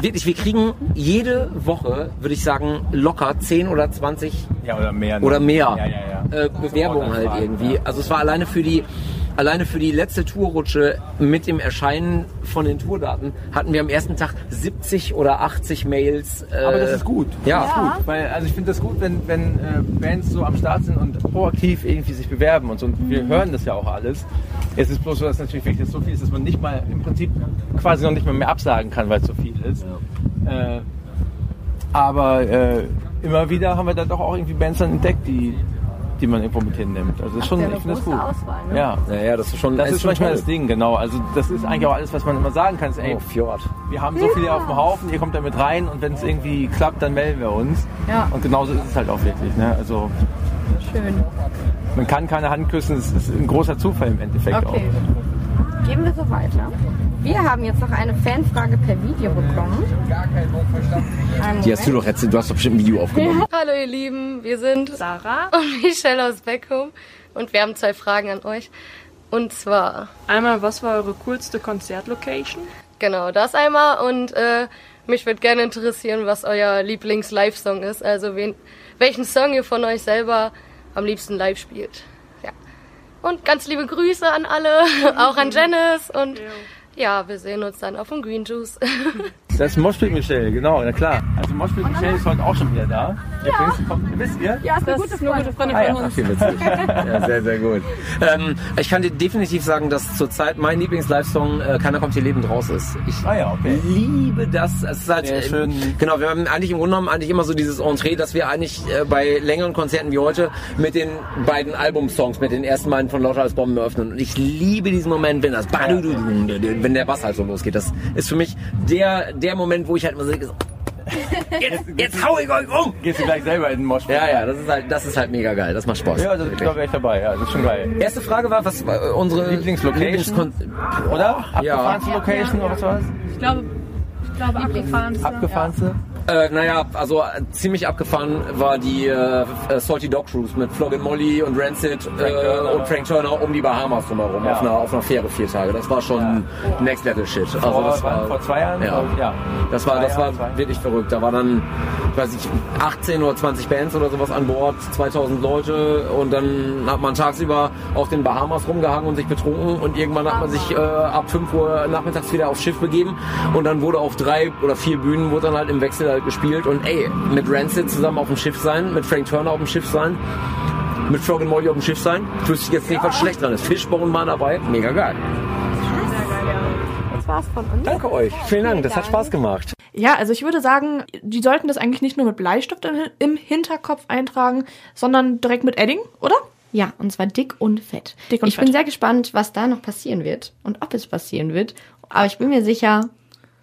wirklich, wir kriegen jede Woche, würde ich sagen, locker 10 oder 20 ja, oder mehr. ne? oder Ja, mehr ja, ja. Äh, Bewerbungen halt Supportanfragen, irgendwie. ja. Also es war alleine für die alleine für die letzte Tourrutsche mit dem Erscheinen von den Tourdaten hatten wir am ersten Tag 70 oder 80 Mails. Äh, Aber das ist gut. Ja. Das ist gut. Weil, also ich finde das gut, wenn, wenn äh, Bands so am Start sind und proaktiv irgendwie sich bewerben und so. Und wir hören das ja auch alles. Es ist bloß so, dass natürlich wirklich so viel ist, dass man nicht mal im Prinzip quasi noch nicht mal mehr absagen kann, weil es so viel ist. Äh, aber äh, immer wieder haben wir da doch auch irgendwie Bands dann entdeckt, die, die man irgendwo mit hinnimmt. Also das ist schon, ja eine ich finde das große gut. Auswahl, ne? Ja. Naja, das ist schon Das ist, schon manchmal toll. das Ding, genau. Also das ist eigentlich auch alles, was man immer sagen kann. Ist, ey, Oh, Fjord. wir haben so viele auf dem Haufen, ihr kommt damit rein und wenn es irgendwie klappt, dann melden wir uns. Ja. Und genauso ist es halt auch wirklich. Ne? Also Schön. man kann keine Hand küssen, es ist ein großer Zufall im Endeffekt Okay. Gehen wir so weiter. Wir haben jetzt noch eine Fanfrage per Video bekommen. Einen Die hast du Moment. doch jetzt, du hast doch bestimmt ein Video aufgenommen. Hallo ihr Lieben, wir sind Sarah und Michelle aus Beckum und wir haben zwei Fragen an euch. Und zwar, Einmal, was war eure coolste Konzertlocation? genau, das einmal und äh, mich würde gerne interessieren, was euer Lieblings-Live-Song ist, also wen, welchen Song ihr von euch selber am liebsten live spielt. Ja. Und ganz liebe Grüße an alle, auch an Janice und ja, wir sehen uns dann auf dem Green Juice. auch. Das ist Moshpit Michelle, genau, na klar. Also Moshpit Michelle ist heute auch schon wieder da. Ja. Kommt, wisst ihr? Ja, ist Das eine gute ist eine Frage. gute Freundin Ah, ja. von uns. Okay, witzig. Ja, sehr, sehr gut. Ähm, ich kann dir definitiv sagen, dass zurzeit mein Lieblings-Live-Song äh, Keiner kommt hier lebend raus ist. Ich Ah ja, okay. liebe das. Es ist halt, Sehr ähm, schön. Genau, wir haben eigentlich im Grunde genommen eigentlich immer so dieses Entree, dass wir eigentlich äh, bei längeren Konzerten wie heute mit den beiden Albumsongs, mit den ersten beiden von Lauter als Bomben öffnen. Und ich liebe diesen Moment, wenn das Ah wenn der Bass halt so losgeht. Das ist für mich der, der Moment, wo ich halt immer so denke, so, jetzt, jetzt hau ich euch um! Gehst du gleich selber in den Moshpit? Ja, ja, das ist halt, das ist halt mega geil. Das macht Spaß. Ja, das Wirklich. glaube ich echt dabei. Ja, das ist schon geil. Erste Frage war, was war äh, unsere Lieblingslocation? Lieblingskon- Oder? Ja. Abgefahrenste Location oder was war's? Ich glaube, ich glaube abgefahren. Abgefahrenste? Äh, naja, also äh, ziemlich abgefahren war die äh, äh, Salty Dog Cruise mit Floggin Molly und Rancid äh, Turner. und Frank Turner um die Bahamas drumherum Ja. auf, einer, auf einer Fähre vier Tage. Das war schon Next Level Shit. Also Vor, das wann? war vor zwei Jahren? Ja. glaub ich, ja. Das war, Zwei das war Jahre, zwei. wirklich verrückt. Da waren dann, ich weiß ich, 18 oder 20 Bands oder sowas an Bord, 2000 Leute und dann hat man tagsüber auf den Bahamas rumgehangen und sich betrunken und irgendwann hat man sich äh, ab 5 Uhr nachmittags wieder aufs Schiff begeben und dann wurde auf drei oder vier Bühnen wurde dann halt im Wechsel halt gespielt und ey, mit Rancid zusammen auf dem Schiff sein, mit Frank Turner auf dem Schiff sein, mit Frog and Molly auf dem Schiff sein, wüsste ich jetzt nicht, was schlecht dran ist. Fishbone waren dabei, mega geil. Das war's von uns. Danke euch, vielen Dank, das hat Spaß gemacht. Ja, also ich würde sagen, die sollten das eigentlich nicht nur mit Bleistift im Hin- im Hinterkopf eintragen, sondern direkt mit Edding, oder? Ja, und zwar dick und fett. Dick und ich fett. bin sehr gespannt, was da noch passieren wird und ob es passieren wird. Aber ich bin mir sicher,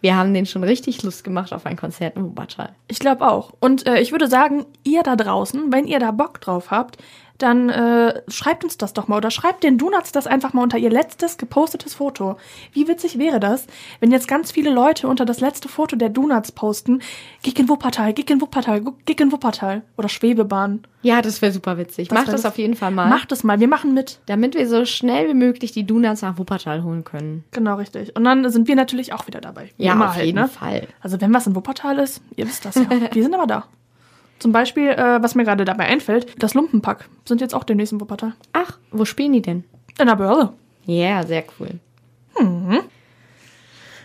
wir haben den schon richtig Lust gemacht auf ein Konzert in Wuppertal. Ich glaube auch. Und äh, ich würde sagen, ihr da draußen, wenn ihr da Bock drauf habt, dann äh, schreibt uns das doch mal oder schreibt den Donuts das einfach mal unter ihr letztes gepostetes Foto. Wie witzig wäre das, wenn jetzt ganz viele Leute unter das letzte Foto der Donuts posten, Gig in Wuppertal, Gig in Wuppertal, Gig in Wuppertal oder Schwebebahn. Ja, das wäre super witzig. Macht wär das lustig. auf jeden Fall mal. Macht es mal, wir machen mit. Damit wir so schnell wie möglich die Donuts nach Wuppertal holen können. Genau, richtig. Und dann sind wir natürlich auch wieder dabei. Wie Ja, immer auf halt, jeden ne? Fall. Also wenn was in Wuppertal ist, ihr wisst das ja. Wir sind aber da. Zum Beispiel, äh, was mir gerade dabei einfällt, das Lumpenpack sind jetzt auch demnächst in Wuppertal. Ach, wo spielen die denn? In der Börse. Ja, sehr cool.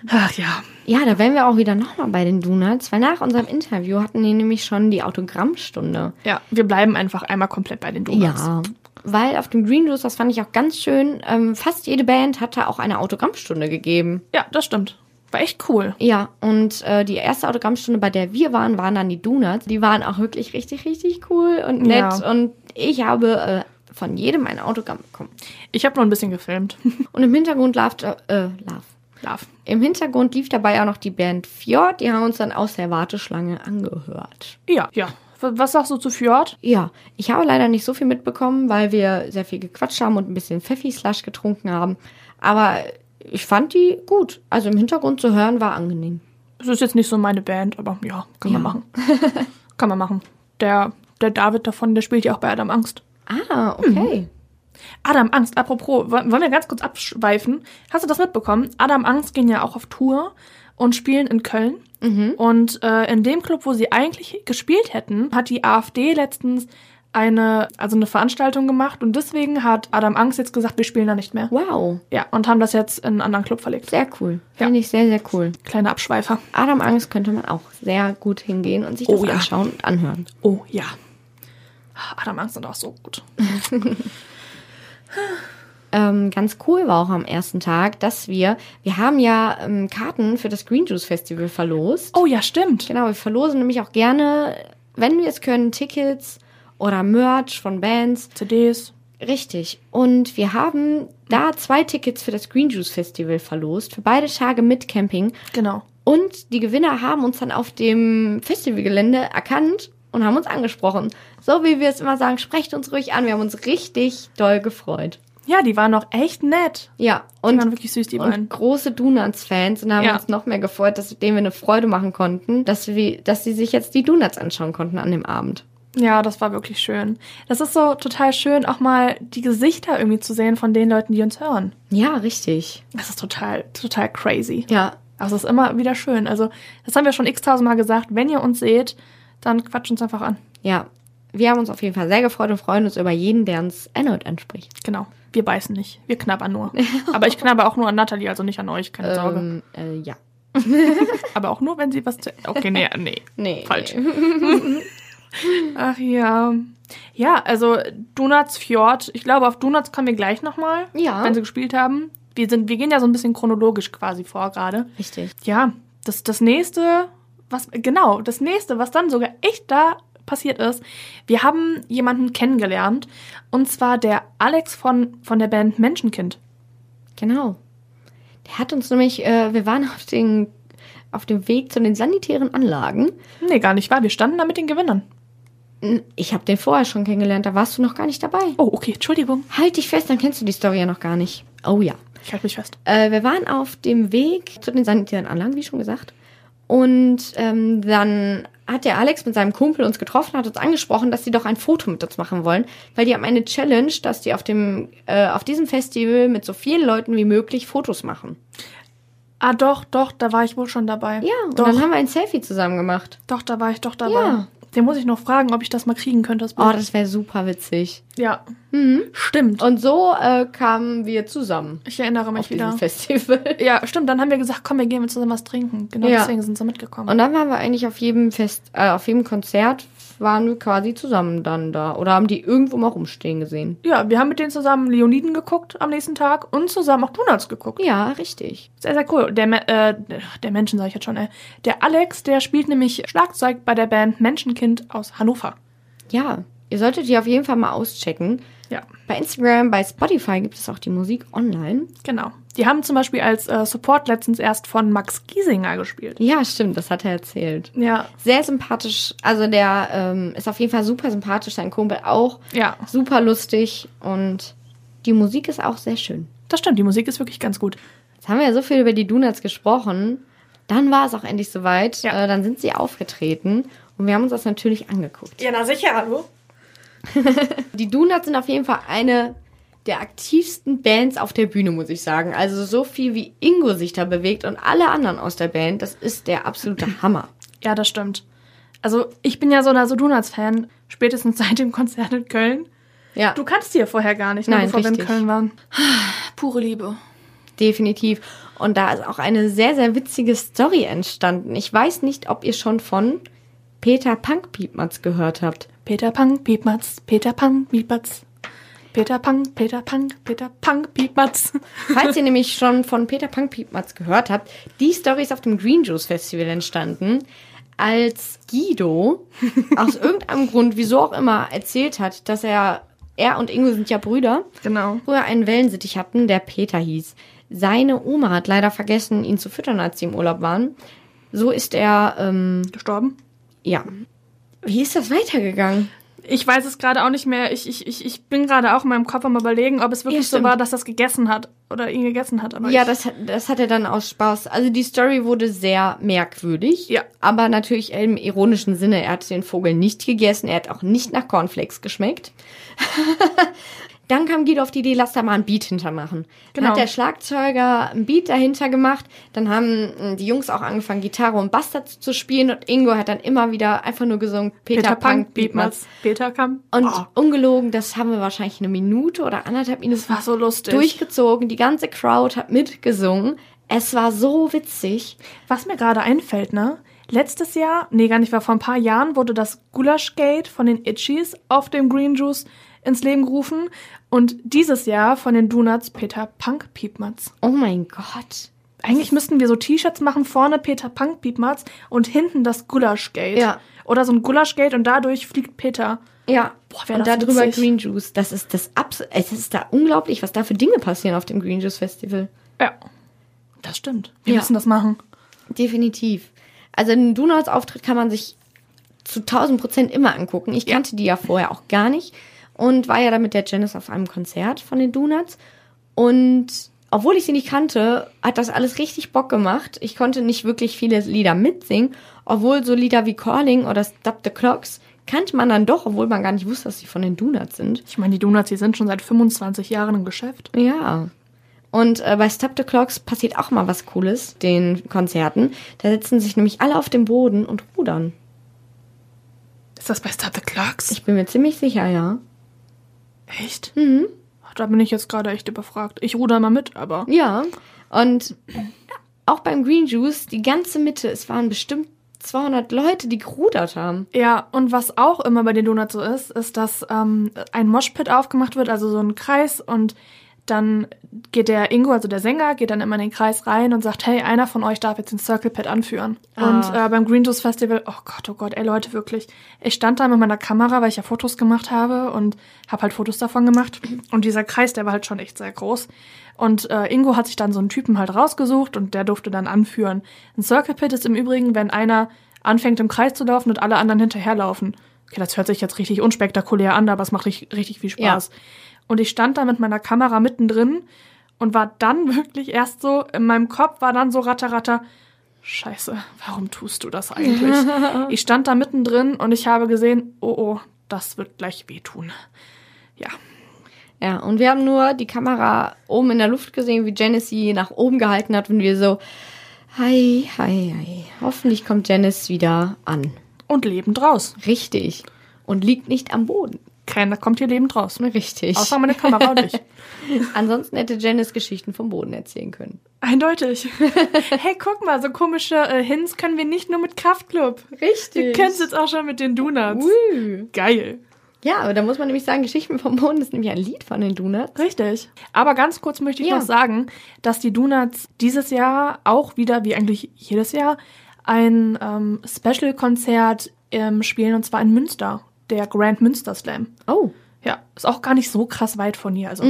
Ach ja. Ja, da wären wir auch wieder nochmal bei den Donuts, weil nach unserem Interview hatten die nämlich schon die Autogrammstunde. Ja, wir bleiben einfach einmal komplett bei den Donuts. Ja. Weil auf dem Green Juice, das fand ich auch ganz schön, ähm, fast jede Band hat da auch eine Autogrammstunde gegeben. Ja, das stimmt. War echt cool. Ja, und äh, die erste Autogrammstunde, bei der wir waren, waren dann die Donuts. Die waren auch wirklich richtig, richtig cool und nett. Ja. Und ich habe äh, von jedem ein Autogramm bekommen. Ich habe nur ein bisschen gefilmt. Und im Hintergrund lief, äh, äh, lief. Love. Im Hintergrund lief dabei auch noch die Band Fjord. Die haben uns dann aus der Warteschlange angehört. Ja, ja. W- Was sagst du zu Fjord? Ja, ich habe leider nicht so viel mitbekommen, weil wir sehr viel gequatscht haben und ein bisschen Pfeffi-Slush getrunken haben. Aber ich fand die gut. Also im Hintergrund zu hören war angenehm. Es ist jetzt nicht so meine Band, aber ja, kann man machen. kann man machen. Der, der David davon, der spielt ja auch bei Adam Angst. Ah, Mhm. okay. Adam Angst, apropos, wo- wollen wir ganz kurz abschweifen? Hast du das mitbekommen? Adam Angst gehen ja auch auf Tour und spielen in Köln. Und äh, in dem Club, wo sie eigentlich gespielt hätten, hat die AfD letztens eine, also eine Veranstaltung gemacht und deswegen hat Adam Angst jetzt gesagt, wir spielen da nicht mehr. Wow, Ja, und haben das jetzt in einen anderen Club verlegt. sehr cool. Ja. Finde ich sehr, sehr cool. Kleiner Abschweifer. Adam Angst könnte man auch sehr gut hingehen und sich das Oh ja. anschauen und anhören. Oh ja. Adam Angst sind auch so gut. ähm, ganz cool war auch am ersten Tag, dass wir, wir haben ja ähm, Karten für das Green Juice Festival verlost. Oh ja, stimmt. Genau, wir verlosen nämlich auch gerne, wenn wir es können, Tickets oder Merch von Bands. CDs. Richtig. Und wir haben da zwei Tickets für das Green Juice Festival verlost, für beide Tage mit Camping. Genau. Und die Gewinner haben uns dann auf dem Festivalgelände erkannt und haben uns angesprochen. So wie wir es immer sagen, sprecht uns ruhig an. Wir haben uns richtig doll gefreut. Ja, die waren auch echt nett. Ja, Die und waren wirklich süß, die beiden. und große Donuts-Fans und haben Ja. uns noch mehr gefreut, dass denen wir eine Freude machen konnten, dass wir, dass sie sich jetzt die Donuts anschauen konnten an dem Abend. Ja, das war wirklich schön. Das ist so total schön, auch mal die Gesichter irgendwie zu sehen von den Leuten, die uns hören. Ja, richtig. Das ist total, total crazy. Ja, Also es ist immer wieder schön. Also das haben wir schon x-tausend Mal gesagt. Wenn ihr uns seht, dann quatscht uns einfach an. ja. Wir haben uns auf jeden Fall sehr gefreut und freuen uns über jeden, der uns erneut anspricht. Genau. Wir beißen nicht. Wir knabbern nur. Aber ich knabber auch nur an Natalie, also nicht an euch, keine Sorge. Ähm, äh, ja. Aber auch nur, wenn sie was zu... e- Okay, nee, nee. Nee. Falsch. nee. Ach ja. Ja, also Donuts Fjord. Ich glaube, auf Donuts kommen wir gleich nochmal, Ja. wenn sie gespielt haben. Wir, sind, wir gehen ja so ein bisschen chronologisch quasi vor gerade. Richtig. Ja, das, das nächste, was, genau, das nächste, was dann sogar echt da passiert ist, wir haben jemanden kennengelernt. Und zwar der Alex von, von der Band Menschenkind. Genau. Der hat uns nämlich, äh, wir waren auf den auf dem Weg zu den sanitären Anlagen. Nee, gar nicht wahr. Wir standen da mit den Gewinnern. Ich habe den vorher schon kennengelernt, da warst du noch gar nicht dabei. Oh, okay, Entschuldigung. Halt dich fest, dann kennst du die Story ja noch gar nicht. Oh ja. Ich halte mich fest. Äh, wir waren auf dem Weg zu den sanitären Anlagen, wie schon gesagt. Und ähm, dann hat der Alex mit seinem Kumpel uns getroffen, hat uns angesprochen, dass sie doch ein Foto mit uns machen wollen, weil die haben eine Challenge, dass die auf dem äh, auf diesem Festival mit so vielen Leuten wie möglich Fotos machen. Ah, doch, doch, da war ich wohl schon dabei. Ja, und doch, dann haben wir ein Selfie zusammen gemacht. doch, da war ich doch dabei. Ja. Den muss ich noch fragen, ob ich das mal kriegen könnte. Das Bild. Oh, Mhm. das wäre super witzig. ja. Stimmt. Und so äh, kamen wir zusammen Ich erinnere mich auf diesem wieder. Festival. Ja, stimmt. Dann haben wir gesagt, komm, wir gehen zusammen was trinken. Genau Ja. deswegen sind sie mitgekommen. Und dann waren wir eigentlich auf jedem Fest, äh, auf jedem Konzert waren wir quasi zusammen dann da oder haben die irgendwo mal rumstehen gesehen. Ja, wir haben mit denen zusammen Leoniden geguckt am nächsten Tag und zusammen auch Donuts geguckt. Ja, richtig. Sehr, sehr cool. Der, Me- äh, der Menschen, sage ich jetzt schon, ey. Der Alex, der spielt nämlich Schlagzeug bei der Band Menschenkind aus Hannover. Ja, ihr solltet die auf jeden Fall mal auschecken. Ja, Bei Instagram, bei Spotify gibt es auch die Musik online. genau. Die haben zum Beispiel als äh, Support letztens erst von Max Giesinger gespielt. Ja, stimmt, das hat er erzählt. Ja, Sehr sympathisch, also der ähm, ist auf jeden Fall super sympathisch, sein Kumpel auch. Ja. Super lustig und die Musik ist auch sehr schön. das stimmt. Die Musik ist wirklich ganz gut. Jetzt haben wir ja so viel über die Donuts gesprochen. Dann war es auch endlich soweit. Ja. Äh, dann sind sie aufgetreten und wir haben uns das natürlich angeguckt. Ja, na sicher, hallo. Die Donuts sind auf jeden Fall eine der aktivsten Bands auf der Bühne, muss ich sagen. Also so viel wie Ingo sich da bewegt und alle anderen aus der Band, das ist der absolute Hammer. Ja, das stimmt. Also, ich bin ja so einer so Donuts-Fan, spätestens seit dem Konzert in Köln. Ja, Du kannst die ja vorher gar nicht, ne, Nein, bevor wir in richtig. Köln waren. Pure Liebe. definitiv. Und da ist auch eine sehr, sehr witzige Story entstanden. Ich weiß nicht, ob ihr schon von Peter Punk Piepmatz gehört habt. Peter Pang, Piepmatz, Peter Pang, Piepmatz. Peter Pang, Peter Pang, Peter Pang, Piepmatz. Falls ihr nämlich schon von Peter Punk Piepmatz gehört habt, die Story ist auf dem Green Juice Festival entstanden, als Guido aus irgendeinem Grund, wieso auch immer, erzählt hat, dass er, er und Ingo sind ja Brüder, Genau. früher einen Wellensittich hatten, der Peter hieß. Seine Oma hat leider vergessen, ihn zu füttern, als sie im Urlaub waren. So ist er, ähm, Gestorben? ja. Wie ist das weitergegangen? Ich weiß es gerade auch nicht mehr. Ich, ich, ich, ich bin gerade auch in meinem Kopf am überlegen, ob es wirklich Ja, so stimmt. war, dass das gegessen hat oder ihn gegessen hat. Aber Ja, ich, das, hat- das hat er dann aus Spaß. Also die Story wurde sehr merkwürdig. Ja. Aber natürlich im ironischen Sinne. Er hat den Vogel nicht gegessen. Er hat auch nicht nach Cornflakes geschmeckt. dann kam Guido auf die Idee, lass da mal ein Beat hintermachen. Dann Genau. hat der Schlagzeuger ein Beat dahinter gemacht. Dann haben mm, die Jungs auch angefangen, Gitarre und Bass dazu zu spielen. Und Ingo hat dann immer wieder einfach nur gesungen, Peter, Peter Punk, Pang, Punk Beatmatz. Piepmatz. Peter Kamm. Und oh, ungelogen, das haben wir wahrscheinlich eine Minute oder anderthalb Minuten das war so lustig. durchgezogen. Die ganze Crowd hat mitgesungen. Es war so witzig. Was mir gerade einfällt, ne? Letztes Jahr, nee, gar nicht, war vor ein paar Jahren, wurde das Gulaschgate von den Itchies auf dem Green Juice ins Leben gerufen und dieses Jahr von den Donuts Peter Punk Piepmatz. Oh mein Gott. Eigentlich müssten wir so T-Shirts machen, vorne Peter Punk Piepmatz und hinten das Gulaschgate. Ja. Oder so ein Gulaschgate und dadurch fliegt Peter. Ja. Boah, wär Und das darüber witzig. Green Juice. Das ist das Abs Es ist da unglaublich, was da für Dinge passieren auf dem Green Juice Festival. Ja. Das stimmt. Wir Ja. müssen das machen. Definitiv. Also einen Donuts-Auftritt kann man sich zu 1000 Prozent immer angucken. Ich kannte die ja vorher auch gar nicht und war ja dann mit der Janice auf einem Konzert von den Donuts. Und obwohl ich sie nicht kannte, hat das alles richtig Bock gemacht. Ich konnte nicht wirklich viele Lieder mitsingen, obwohl so Lieder wie Calling oder Stop the Clocks kannte man dann doch, obwohl man gar nicht wusste, dass sie von den Donuts sind. Ich meine, die Donuts, die sind schon seit 25 Jahren im Geschäft. Ja. Und äh, bei Stop the Clocks passiert auch mal was Cooles, den Konzerten. Da setzen sich nämlich alle auf den Boden und rudern. Ist das bei Start the Clocks? Ich bin mir ziemlich sicher, ja. echt? Mhm. Da bin ich jetzt gerade echt überfragt. Ich ruder mal mit, aber. Ja. Und auch beim Green Juice, die ganze Mitte, es waren bestimmt 200 Leute, die gerudert haben. Ja, und was auch immer bei den Donuts so ist, ist, dass ähm, ein Moshpit aufgemacht wird, also so ein Kreis und dann geht der Ingo, also der Sänger, geht dann immer in den Kreis rein und sagt, hey, einer von euch darf jetzt den Circle Pit anführen. Und äh, beim Green Juice Festival, oh Gott, oh Gott, ey Leute, wirklich. Ich stand da mit meiner Kamera, weil ich ja Fotos gemacht habe und habe halt Fotos davon gemacht. Und dieser Kreis, der war halt schon echt sehr groß. Und äh, Ingo hat sich dann so einen Typen halt rausgesucht und der durfte dann anführen. Ein Circle Pit ist im Übrigen, wenn einer anfängt im Kreis zu laufen und alle anderen hinterherlaufen. Okay, das hört sich jetzt richtig unspektakulär an, aber es macht richtig, richtig viel Spaß. Und ich stand da mit meiner Kamera mittendrin und war dann wirklich erst so, in meinem Kopf war dann so ratter, ratter, scheiße, warum tust du das eigentlich? ich stand da mittendrin und ich habe gesehen, oh oh, das wird gleich wehtun. Ja, Ja, und wir haben nur die Kamera oben in der Luft gesehen, wie Janice sie nach oben gehalten hat und wir so, hi, hi, hi. Hoffentlich kommt Janice wieder an. und lebend raus. Richtig. Und liegt nicht am Boden. Keiner kommt hier lebend raus. ne? Richtig. Außer meine Kamera und ich. Ansonsten hätte Janice Geschichten vom Boden erzählen können. Eindeutig. hey, guck mal, so komische äh, Hints können wir nicht nur mit Kraftclub. Richtig. Wir können es jetzt auch schon mit den Donuts. Geil. Ja, aber da muss man nämlich sagen, Geschichten vom Boden ist nämlich ein Lied von den Donuts. Richtig. Aber ganz kurz möchte ich Ja. noch sagen, dass die Donuts dieses Jahr auch wieder, wie eigentlich jedes Jahr, ein ähm, Special-Konzert ähm, spielen und zwar in Münster, der Grand Münster Slam. Oh. Ja, ist auch gar nicht so krass weit von hier. Also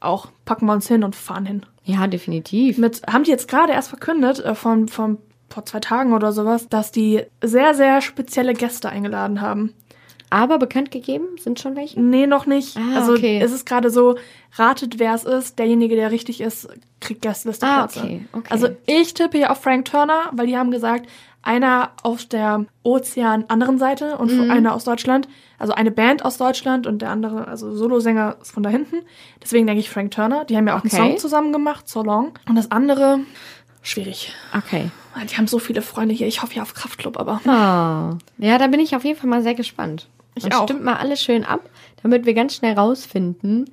auch packen wir uns hin und fahren hin. Ja, definitiv. Mit, haben die jetzt gerade erst verkündet, äh, von, von vor zwei Tagen oder sowas, dass die sehr, sehr spezielle Gäste eingeladen haben. Aber bekannt gegeben sind schon welche? Nee, noch nicht. Ah, also okay. es ist gerade so, ratet, wer es ist. Derjenige, der richtig ist, kriegt Gästeliste Ah, Platz. okay, okay. Also ich tippe hier auf Frank Turner, weil die haben gesagt, einer auf der Ozean anderen Seite und Mhm. einer aus Deutschland. Also eine Band aus Deutschland und der andere, also Solosänger ist von da hinten. Deswegen denke ich Frank Turner. Die haben ja auch Okay. einen Song zusammen gemacht, So Long. Und das andere, schwierig. Okay. Die haben so viele Freunde hier. Ich hoffe ja auf Kraftclub, aber Ah. Ja, da bin ich auf jeden Fall mal sehr gespannt. Ich Und auch. stimmt mal alles schön ab, damit wir ganz schnell rausfinden,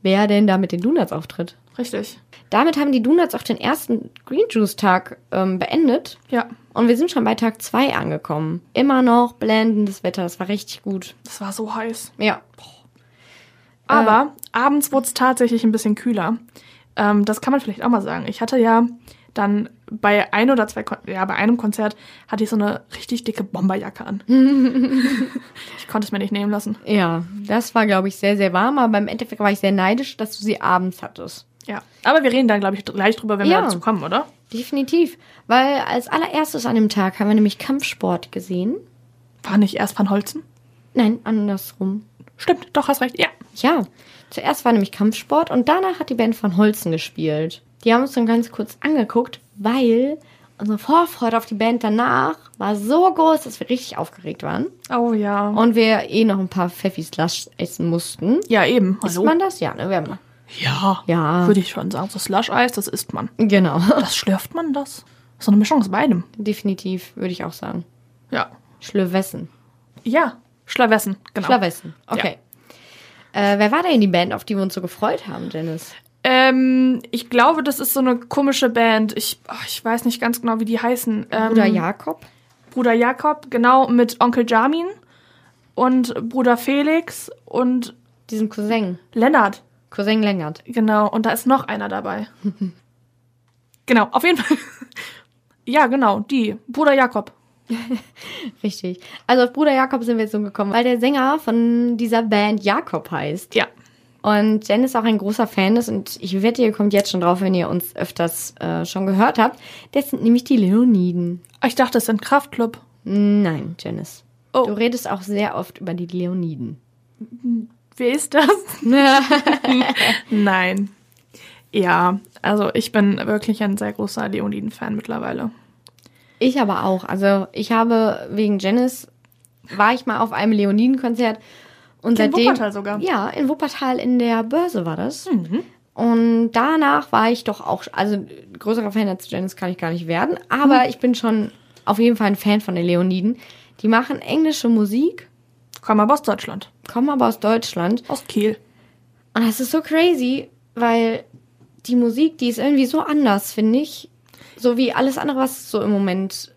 wer denn da mit den Donuts auftritt. richtig. Damit haben die Donuts auch den ersten Green Juice Tag ähm, beendet. Ja, Und wir sind schon bei Tag 2 angekommen. Immer noch blendendes Wetter, das war richtig gut. das war so heiß. Ja. Äh. Aber abends wurde es tatsächlich ein bisschen kühler. Ähm, das kann man vielleicht auch mal sagen. Ich hatte ja dann bei ein oder zwei, Kon ja, bei einem Konzert hatte ich so eine richtig dicke Bomberjacke an. ich konnte es mir nicht nehmen lassen. Ja, das war, glaube ich, sehr, sehr warm, aber im Endeffekt war ich sehr neidisch, dass du sie abends hattest. Ja. Aber wir reden dann, glaube ich, dr- gleich drüber, wenn Ja. wir dazu kommen, oder? Definitiv. Weil als allererstes an dem Tag haben wir nämlich Kampfsport gesehen. War nicht erst Van Holzen? Nein, andersrum. Stimmt, doch, hast recht. Ja. Ja, zuerst war nämlich Kampfsport und danach hat die Band von Holzen gespielt. Die haben uns dann ganz kurz angeguckt, weil unsere Vorfreude auf die Band danach war so groß, dass wir richtig aufgeregt waren. Oh ja. Und wir eh noch ein paar Pfeffis Slush essen mussten. ja, eben. Isst man das? Ja, ne? Wir haben, Ja. Ja. Würde ich schon sagen. So Slush-Eis, das isst man. genau. Das schlürft man, das. So eine Mischung aus beidem. Definitiv, würde ich auch sagen. Ja. Schlöwessen. Ja. Schlawessen, genau. Schlöwessen. Okay. Äh, wer war denn die Band, auf die wir uns so gefreut haben, Dennis? Ähm, ich glaube, das ist so eine komische Band. Ich, ach, ich weiß nicht ganz genau, wie die heißen. Ähm, Bruder Jakob? Bruder Jakob, genau, mit Onkel Jamin und Bruder Felix und Diesen Cousin. Lennart. Cousin Lengert. Genau, und da ist noch einer dabei. genau, auf jeden Fall. ja, genau, die. Bruder Jakob. Richtig. Also auf Bruder Jakob sind wir jetzt so gekommen, weil der Sänger von dieser Band Jakob heißt. Ja. Und Jen ist auch ein großer Fan ist und ich wette, ihr kommt jetzt schon drauf, wenn ihr uns öfters äh, schon gehört habt. Das sind nämlich die Leoniden. Ich dachte, es ist ein Kraftclub. Nein, Janice. Oh. Du redest auch sehr oft über die Leoniden. Wer ist das? Nein. Ja, also ich bin wirklich ein sehr großer Leoniden-Fan mittlerweile. Ich aber auch. Also ich habe wegen Janice war ich mal auf einem Leoniden-Konzert und In seitdem Wuppertal sogar. Mhm. ja in Wuppertal in der Börse war das. Und danach war ich doch auch, also größerer Fan als Janice kann ich gar nicht werden, aber Mhm. ich bin schon auf jeden Fall ein Fan von den Leoniden. Die machen englische Musik, Komm aber aus Deutschland. kommen aber aus Deutschland Aus Kiel. und das ist so crazy, weil die Musik, die ist irgendwie so anders, finde ich, so wie alles andere, was so im Moment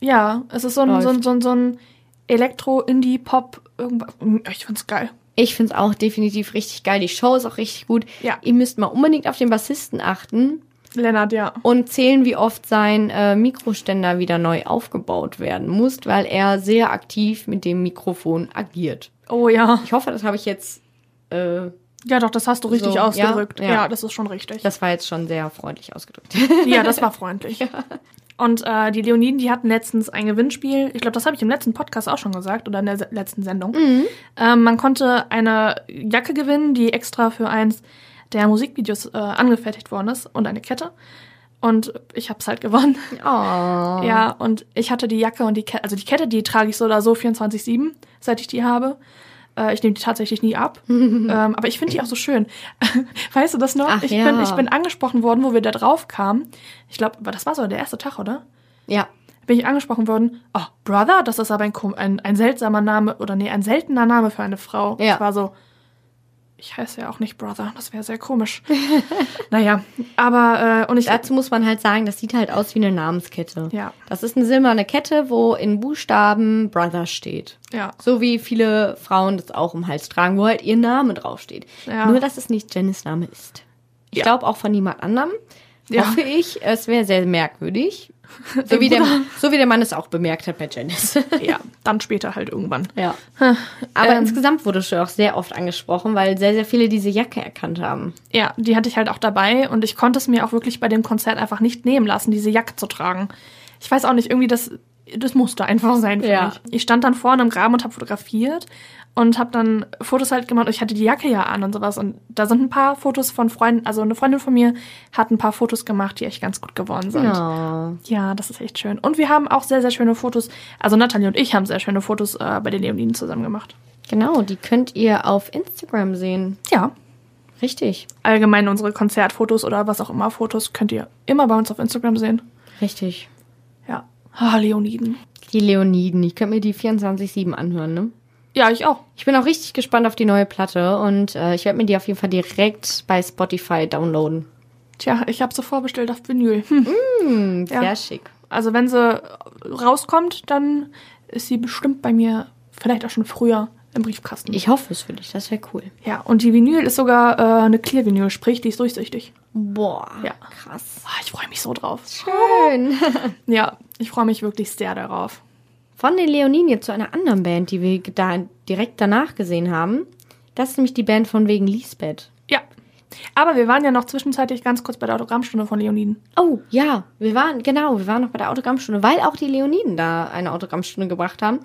Ja, es ist so ein, Läuft. so ein, so ein, so ein Elektro-Indie-Pop. irgendwas. hm, Ich find's geil. Ich find's auch definitiv richtig geil. Die Show ist auch richtig gut. Ja. Ihr müsst mal unbedingt auf den Bassisten achten Lennart, ja. und zählen, wie oft sein äh, Mikroständer wieder neu aufgebaut werden muss, weil er sehr aktiv mit dem Mikrofon agiert. Oh ja. Ich hoffe, das habe ich jetzt. Äh, Ja, doch, das hast du richtig So, ja, ausgedrückt. ja. Ja, das ist schon richtig. das war jetzt schon sehr freundlich ausgedrückt. ja, das war freundlich. Und äh, die Leoniden, die hatten letztens ein Gewinnspiel. Ich glaube, das habe ich im letzten Podcast auch schon gesagt oder in der se letzten Sendung. Ähm, man konnte eine Jacke gewinnen, die extra für eins der Musikvideos äh, angefertigt worden ist und eine Kette. Und ich hab's halt gewonnen. Oh. Ja, und ich hatte die Jacke und die Kette, also die Kette, die trage ich so oder so 24-7, seit ich die habe. Äh, ich nehme die tatsächlich nie ab. ähm, aber ich finde die auch so schön. weißt du das noch? Ach ich, ja. bin, ich bin angesprochen worden, wo wir da drauf kamen. Ich glaube, das war so der erste Tag, oder? Ja. Bin ich angesprochen worden, oh, Brother, das ist aber ein, kom- ein, ein seltsamer Name oder nee, ein seltener Name für eine Frau. Ja. Ich war so, ich heiße ja auch nicht Brother, das wäre sehr komisch. naja, aber, äh, und ich, Dazu muss man halt sagen, das sieht halt aus wie eine Namenskette. Ja. Das ist eine silberne Kette, wo in Buchstaben Brother steht. ja, So wie viele Frauen das auch im Hals tragen, wo halt ihr Name draufsteht. Ja. Nur, dass es nicht Jennys Name ist. Ich Ja. glaube auch von niemand anderem. Ja. Hoffe ich. Es wäre sehr merkwürdig. So wie, der, so wie der Mann es auch bemerkt hat bei Janice. Ja, dann später halt irgendwann. Ja. Ähm. Aber insgesamt wurde schon auch sehr oft angesprochen, weil sehr, sehr viele diese Jacke erkannt haben. Ja, die hatte ich halt auch dabei und ich konnte es mir auch wirklich bei dem Konzert einfach nicht nehmen lassen, diese Jacke zu tragen. Ich weiß auch nicht, irgendwie das, das musste einfach sein für Ja. mich. Ich stand dann vorne im Graben und habe fotografiert und habe dann Fotos halt gemacht. Ich hatte die Jacke ja an und sowas und da sind ein paar Fotos von Freunden, also eine Freundin von mir hat ein paar Fotos gemacht, die echt ganz gut geworden sind. Ja. Ja, das ist echt schön. Und wir haben auch sehr, sehr schöne Fotos. Also Nathalie und ich haben sehr schöne Fotos äh, bei den Leoniden zusammen gemacht. Genau, die könnt ihr auf Instagram sehen. Ja. Richtig. Allgemein unsere Konzertfotos oder was auch immer Fotos könnt ihr immer bei uns auf Instagram sehen. Richtig. Ja. Ah, Leoniden. Die Leoniden. Ich könnte mir die 24-7 anhören, ne? Ja, ich auch. Ich bin auch richtig gespannt auf die neue Platte und äh, ich werde mir die auf jeden Fall direkt bei Spotify downloaden. Tja, ich habe sie vorbestellt auf Vinyl. Hm. Sehr Ja. schick. Also wenn sie rauskommt, dann ist sie bestimmt bei mir vielleicht auch schon früher im Briefkasten. Ich hoffe es für dich, das wäre cool. ja, und die Vinyl ist sogar äh, eine Clear-Vinyl, sprich, die ist durchsichtig. Boah, Ja. krass. Ah, ich freue mich so drauf. Schön. Ja, ich freue mich wirklich sehr darauf. Von den Leoninen jetzt zu einer anderen Band, die wir da direkt danach gesehen haben. Das ist nämlich die Band von wegen Lisbeth. Ja. Aber wir waren ja noch zwischenzeitlich ganz kurz bei der Autogrammstunde von Leoniden. Oh, ja, wir waren, genau, wir waren noch bei der Autogrammstunde, weil auch die Leoniden da eine Autogrammstunde gebracht haben.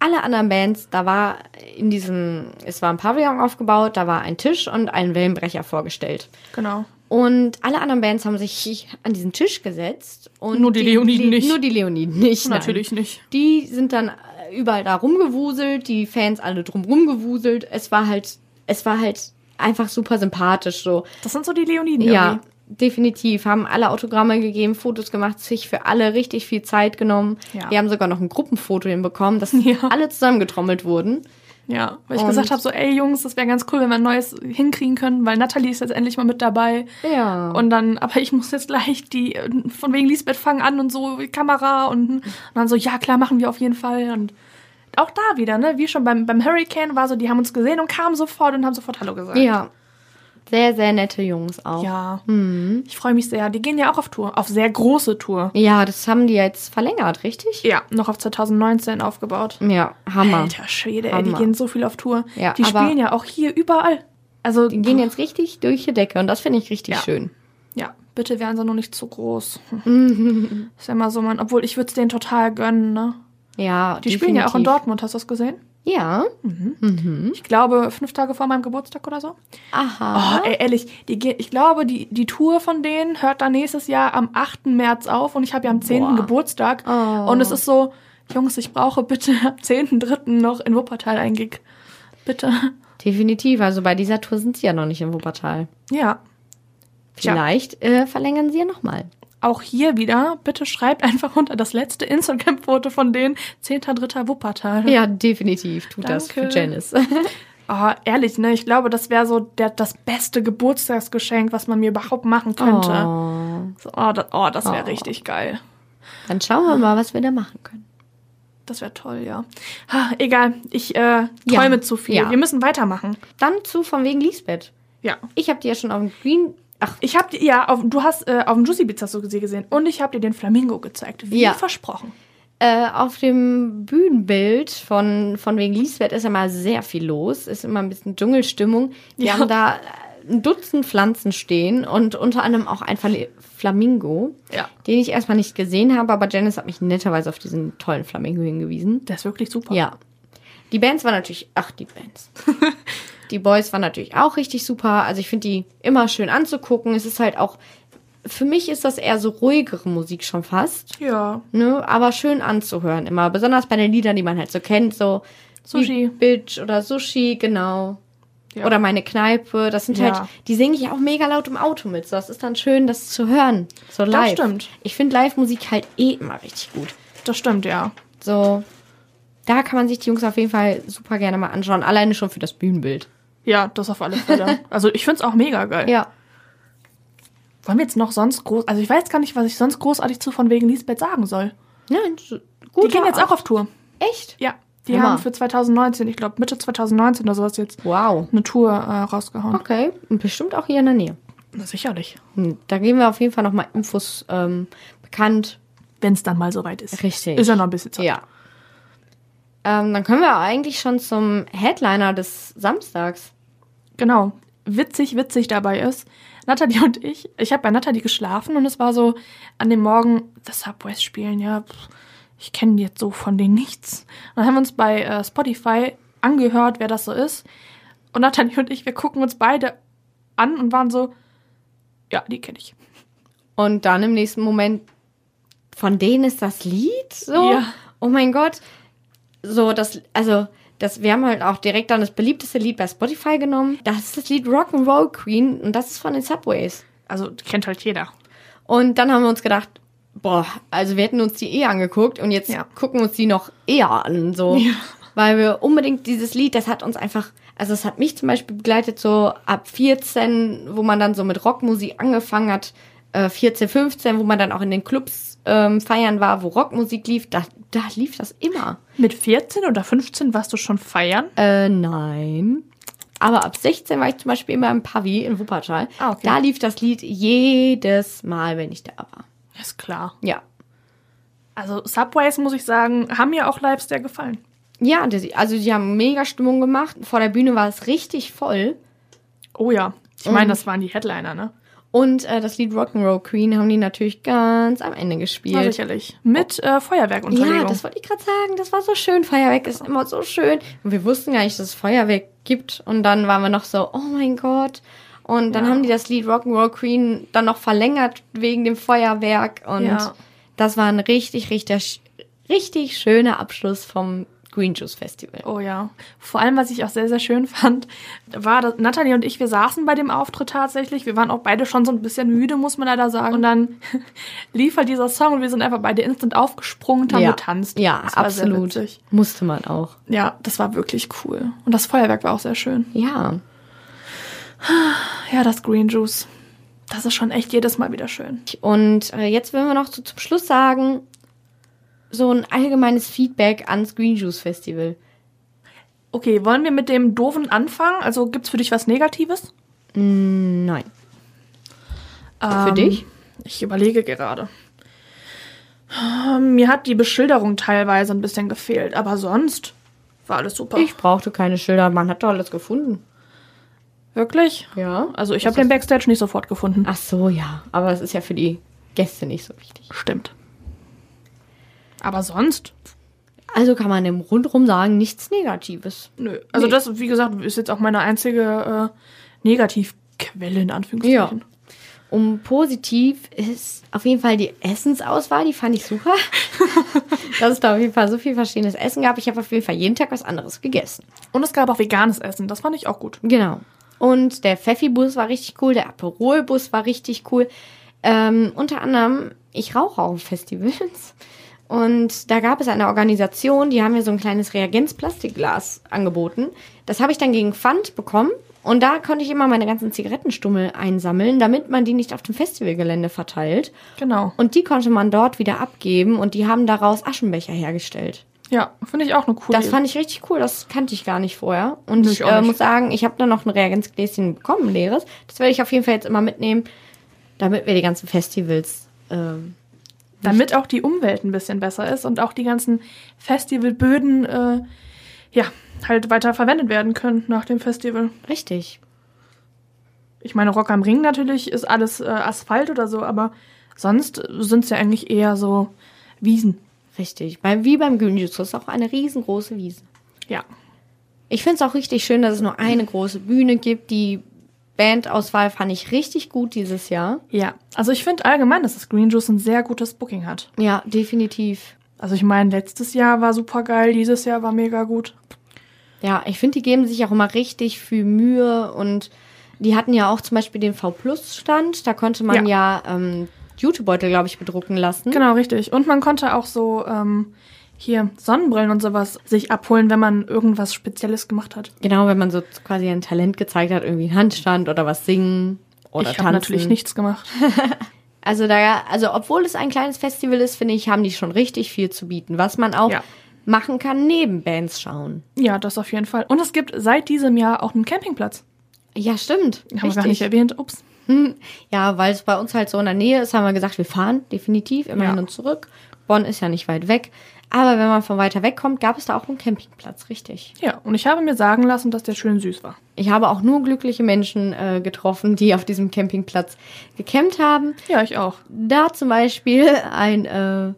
Alle anderen Bands, da war in diesem, es war ein Pavillon aufgebaut, da war ein Tisch und ein Wellenbrecher vorgestellt. Genau. Und alle anderen Bands haben sich an diesen Tisch gesetzt. Und Nur die Leoniden Le- nicht. Nur die Leoniden nicht. Natürlich nicht. Nein. Die sind dann überall da rumgewuselt, die Fans alle drumrum gewuselt. Es war halt, es war halt einfach super sympathisch so. Das sind so die Leoniden. Ja, irgendwie. definitiv. Haben alle Autogramme gegeben, Fotos gemacht, sich für alle richtig viel Zeit genommen. Ja. Wir haben sogar noch ein Gruppenfoto hinbekommen, dass Ja. alle zusammengetrommelt wurden. Ja. Weil ich Und- gesagt habe, so, ey Jungs, das wäre ganz cool, wenn wir ein neues hinkriegen können, weil Nathalie ist jetzt endlich mal mit dabei. Ja. Und dann, aber ich muss jetzt gleich die, äh, von wegen Lisbeth fangen an und so, Kamera und, und dann so, ja klar, machen wir auf jeden Fall. Und auch da wieder, ne? Wie schon beim, beim Hurricane war so, die haben uns gesehen und kamen sofort und haben sofort Hallo gesagt. Ja. Sehr, sehr nette Jungs auch. Ja. Mhm. Ich freue mich sehr. Die gehen ja auch auf Tour, auf sehr große Tour. Ja, das haben die jetzt verlängert, richtig? Ja, noch auf 2019 aufgebaut. Ja, Hammer. Alter Schwede, ey, die Hammer. gehen so viel auf Tour. Ja, die aber- spielen ja auch hier überall. Also, Die gehen jetzt richtig durch die Decke und das finde ich richtig Ja. schön. ja, bitte wären sie noch nicht zu groß. Mhm. ist ja mal so, man, obwohl ich würde es denen total gönnen, ne? Ja, Die spielen ja auch in definitiv. Hm? Dortmund, hast du das gesehen? Ja. Ich glaube, fünf Tage vor meinem Geburtstag oder so. Aha. Oh, ey, ehrlich, die, ge- ich glaube, die, die Tour von denen hört dann nächstes Jahr am 8. März auf und ich habe ja am 10. Boah. Geburtstag. Oh. Und es ist so, Jungs, ich brauche bitte am 10.3. noch in Wuppertal einen Gig. Bitte. Definitiv. Also bei dieser Tour sind sie ja noch nicht in Wuppertal. Ja, Tja. Vielleicht äh, verlängern sie ja nochmal. auch hier wieder, bitte schreibt einfach unter das letzte Instagram-Foto von denen, 10.3. Wuppertal. Ja, definitiv. Tut das für Danke. Janice. Oh, ehrlich, ne? Ich glaube, das wäre so der, das beste Geburtstagsgeschenk, was man mir überhaupt machen könnte. Oh. So, Oh, das, oh, das wäre Oh. richtig geil. Dann schauen wir mal, was wir da machen können. Das wäre toll, ja. Ha, egal, ich äh, Ja. träume zu viel. Ja. Wir müssen weitermachen. Dann zu von wegen Lisbeth. Ja. Ich habe die ja schon auf dem Green. Ach, Ich hab dir, ja, auf, du hast äh, auf dem Juicy Beats hast du sie gesehen und ich habe dir den Flamingo gezeigt, wie Ja. versprochen. äh, auf dem Bühnenbild von, von wegen Lisbeth ist immer sehr viel los. Ist immer ein bisschen Dschungelstimmung. Wir Ja. haben da äh, ein Dutzend Pflanzen stehen und unter anderem auch ein Fal- Flamingo, Ja. den ich erstmal nicht gesehen habe, aber Janice hat mich netterweise auf diesen tollen Flamingo hingewiesen. Der ist wirklich super. Ja. Die Bands waren natürlich, ach, die Bands. die Boys waren natürlich auch richtig super. Also ich finde die immer schön anzugucken. Es ist halt auch, für mich ist das eher so ruhigere Musik schon fast, Ja. ne? Aber schön anzuhören immer. Besonders bei den Liedern, die man halt so kennt, so Sushi. wie Bitch oder Sushi, genau. Ja. Oder meine Kneipe. Das sind Ja. halt, die singe ich auch mega laut im Auto mit. So, das ist dann schön, das zu hören. So live. stimmt. Ich finde Live-Musik halt eh immer richtig gut. Das stimmt, ja. So, da kann man sich die Jungs auf jeden Fall super gerne mal anschauen. Alleine schon für das Bühnenbild. Ja, das auf alle Fälle. also ich find's auch mega geil. Ja. Wollen wir jetzt noch sonst groß. Also ich weiß gar nicht, was ich sonst großartig zu von wegen Lisbeth sagen soll. Nein, Die gut. gehen jetzt auch auf Tour. Echt? Ja. Die Hammer. haben für 2019, ich glaube Mitte 2019 oder sowas jetzt Wow. eine Tour äh, rausgehauen. Okay. Und bestimmt auch hier in der Nähe. Na, sicherlich. Hm, Da geben wir auf jeden Fall nochmal Infos ähm, bekannt, wenn es dann mal soweit ist. Richtig. Ist ja noch ein bisschen Zeit. Ja. Ähm, dann können wir eigentlich schon zum Headliner des Samstags. Genau. Witzig, witzig dabei ist, Nathalie und ich, ich habe bei Nathalie geschlafen und es war so an dem Morgen, das Subways spielen, ja, pff, ich kenne jetzt so von denen nichts. Und dann haben wir uns bei äh, Spotify angehört, wer das so ist. Und Nathalie und ich, wir gucken uns beide an und waren so, ja, die kenne ich. Und dann im nächsten Moment, von denen ist das Lied so? Ja. Oh mein Gott. So, das, also, das, wir haben halt auch direkt dann das beliebteste Lied bei Spotify genommen. Das ist das Lied Rock'n'Roll Queen und das ist von den Subways. Also die kennt halt jeder. Und dann haben wir uns gedacht, boah, also wir hätten uns die eh angeguckt und jetzt Ja. gucken wir uns die noch eher an, so. Ja. Weil wir unbedingt dieses Lied, das hat uns einfach, also es hat mich zum Beispiel begleitet so ab 14, wo man dann so mit Rockmusik angefangen hat, äh, 14, 15, wo man dann auch in den Clubs ähm, feiern war, wo Rockmusik lief, da, da lief das immer. Mit 14 oder 15 warst du schon feiern? Äh, nein. Aber ab 16 war ich zum Beispiel immer im Pavi in Wuppertal. Ah, okay. Da lief das Lied jedes Mal, wenn ich da war. Ist klar. Ja. Also Subways, muss ich sagen, haben mir auch live sehr gefallen. Ja, das- also die haben mega Stimmung gemacht. Vor der Bühne war es richtig voll. Oh ja. Ich meine, das waren die Headliner, ne? Und äh, das Lied Rock'n'Roll Queen haben die natürlich ganz am Ende Ja, gespielt. sicherlich. Mit äh, Feuerwerkunterlegung. Ja, das wollte ich gerade sagen. Das war so schön. Feuerwerk ist immer so schön. Und wir wussten gar nicht, dass es Feuerwerk gibt. Und dann waren wir noch so, oh mein Gott. Und dann haben die das Lied Rock'n'Roll Queen dann noch verlängert wegen dem Feuerwerk. Und Ja. das war ein richtig, richtig, richtig schöner Abschluss vom Green Juice Festival. Oh ja. Vor allem, was ich auch sehr, sehr schön fand, war, dass Nathalie und ich, wir saßen bei dem Auftritt tatsächlich. Wir waren auch beide schon so ein bisschen müde, muss man leider sagen. Und dann lief halt dieser Song und wir sind einfach beide instant aufgesprungen und haben Ja. getanzt. Ja, das war sehr absolut. witzig. Musste man auch. Ja, das war wirklich cool. Und das Feuerwerk war auch sehr schön. Ja. Ja, das Green Juice. Das ist schon echt jedes Mal wieder schön. Und äh, jetzt würden wir noch so zum Schluss sagen, so ein allgemeines Feedback ans Green Juice Festival. Okay, wollen wir mit dem doofen anfangen? Also gibt's für dich was Negatives? Nein. Für dich? Ähm, Ich überlege gerade. Ähm, Mir hat die Beschilderung teilweise ein bisschen gefehlt, aber sonst war alles super. Ich brauchte keine Schilder, man hat doch alles gefunden. Wirklich? Ja. Ah. Also ich habe den Backstage nicht sofort gefunden. Ach so, ja. Aber das ist ja für die Gäste nicht so wichtig. Stimmt. Aber sonst? Also kann man im Rundrum sagen, nichts Negatives. Nö. Also das, wie gesagt, ist jetzt auch meine einzige äh, Negativquelle in Anführungszeichen. Ja. Um positiv ist auf jeden Fall die Essensauswahl, die fand ich super. Dass es da auf jeden Fall so viel verschiedenes Essen gab. Ich habe auf jeden Fall jeden Tag was anderes gegessen. Und es gab auch veganes Essen, das fand ich auch gut. Genau. Und der Pfeffi-Bus war richtig cool, der Aperol-Bus war richtig cool. Ähm, unter anderem, ich rauche auch auf Festivals. Und da gab es eine Organisation, die haben mir so ein kleines Reagenzplastikglas angeboten. Das habe ich dann gegen Pfand bekommen. Und da konnte ich immer meine ganzen Zigarettenstummel einsammeln, damit man die nicht auf dem Festivalgelände verteilt. Genau. Und die konnte man dort wieder abgeben und die haben daraus Aschenbecher hergestellt. Ja, finde ich auch eine coole Das fand ich richtig cool, das kannte ich gar nicht vorher. Und Nee, ich ich auch äh, nicht. muss sagen, ich habe da noch ein Reagenzgläschen bekommen, leeres. Das werde ich auf jeden Fall jetzt immer mitnehmen, damit wir die ganzen Festivals. Ähm, Damit auch die Umwelt ein bisschen besser ist und auch die ganzen Festivalböden äh, ja, halt weiter verwendet werden können nach dem Festival. richtig. Ich meine, Rock am Ring natürlich ist alles äh, Asphalt oder so, aber sonst sind es ja eigentlich eher so Wiesen. Richtig. Bei, wie beim Günjutsu ist auch eine riesengroße Wiese. Ja. Ich finde es auch richtig schön, dass es nur eine große Bühne gibt. Die Bandauswahl fand ich richtig gut dieses Jahr. Ja. Also ich finde allgemein, dass das Green Juice ein sehr gutes Booking hat. Ja, definitiv. Also ich meine, letztes Jahr war super geil, dieses Jahr war mega gut. Ja, ich finde, die geben sich auch immer richtig viel Mühe und die hatten ja auch zum Beispiel den V-Plus-Stand. Da konnte man ja, ähm, Jutebeutel, glaube ich, bedrucken lassen. Genau, richtig. Und man konnte auch so ähm, hier Sonnenbrillen und sowas sich abholen, wenn man irgendwas Spezielles gemacht hat. Genau, wenn man so quasi ein Talent gezeigt hat, irgendwie einen Handstand oder was singen oder ich tanzen. habe natürlich nichts gemacht. Also da, also obwohl es ein kleines Festival ist, finde ich, haben die schon richtig viel zu bieten, was man auch Ja. machen kann neben Bands schauen. Ja, das auf jeden Fall. Und es gibt seit diesem Jahr auch einen Campingplatz. Ja, stimmt. Den Haben wir gar nicht erwähnt. Ups. Ja, weil es bei uns halt so in der Nähe ist, haben wir gesagt, wir fahren definitiv immer Ja. hin und zurück. Bonn ist ja nicht weit weg. Aber wenn man von weiter weg kommt, gab es da auch einen Campingplatz, richtig. Ja, und ich habe mir sagen lassen, dass der schön süß war. Ich habe auch nur glückliche Menschen äh, getroffen, die auf diesem Campingplatz gecampt haben. Ja, ich auch. Da zum Beispiel ein äh,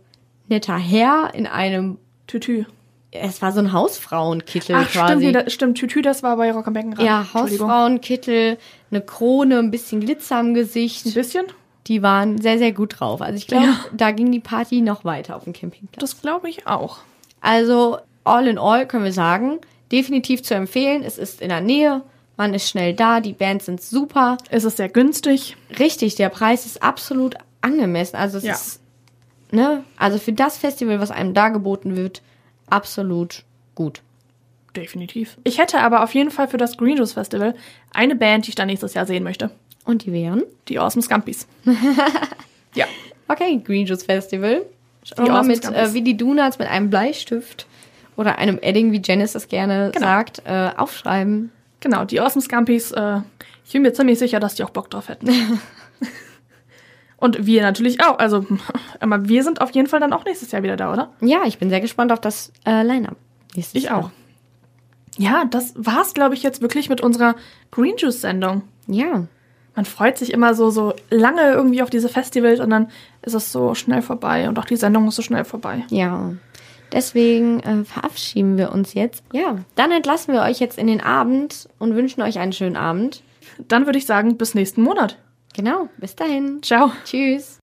netter Herr in einem, Tütü. es war so ein Hausfrauenkittel Ach, quasi. stimmt, nee, da, stimmt, Tütü, das war bei Rock am Beckenrand. Ja, Entschuldigung. Hausfrauenkittel, eine Krone, ein bisschen Glitzer am Ein Gesicht. bisschen? Die waren sehr, sehr gut drauf. Also ich glaube, da ging die Party noch weiter auf dem Campingplatz. Das glaube ich auch. Also all in all können wir sagen, definitiv zu empfehlen. Es ist in der Nähe, man ist schnell da, die Bands sind super. Es ist sehr günstig. Richtig, der Preis ist absolut angemessen. Also es Ja. ist, ne, also für das Festival, was einem da geboten wird, absolut gut. Definitiv. Ich hätte aber auf jeden Fall für das Green Juice Festival eine Band, die ich dann nächstes Jahr sehen möchte. Und die wären? Die Awesome Scumpies. ja. Okay, Green Juice Festival. Schauen wir mal Awesome mit, Scumpies. äh, wie die Donuts mit einem Bleistift oder einem Edding, wie Janice das gerne Genau. sagt, äh, aufschreiben. Genau, die Awesome Scumpies, äh, ich bin mir ziemlich sicher, dass die auch Bock drauf hätten. Und wir natürlich auch. Also, aber wir sind auf jeden Fall dann auch nächstes Jahr wieder da, oder? Ja, ich bin sehr gespannt auf das äh, Line-Up. nächstes Ich Jahr. auch. Ja, das war's, glaube ich, jetzt wirklich mit unserer Green Juice-Sendung. Ja, Man freut sich immer so, so lange irgendwie auf diese Festivals und dann ist es so schnell vorbei und auch die Sendung ist so schnell vorbei. ja. Deswegen äh, verabschieden wir uns jetzt. Ja, dann entlassen wir euch jetzt in den Abend und wünschen euch einen schönen Abend. Dann würde ich sagen, bis nächsten Monat. Genau, bis dahin. Ciao. Tschüss.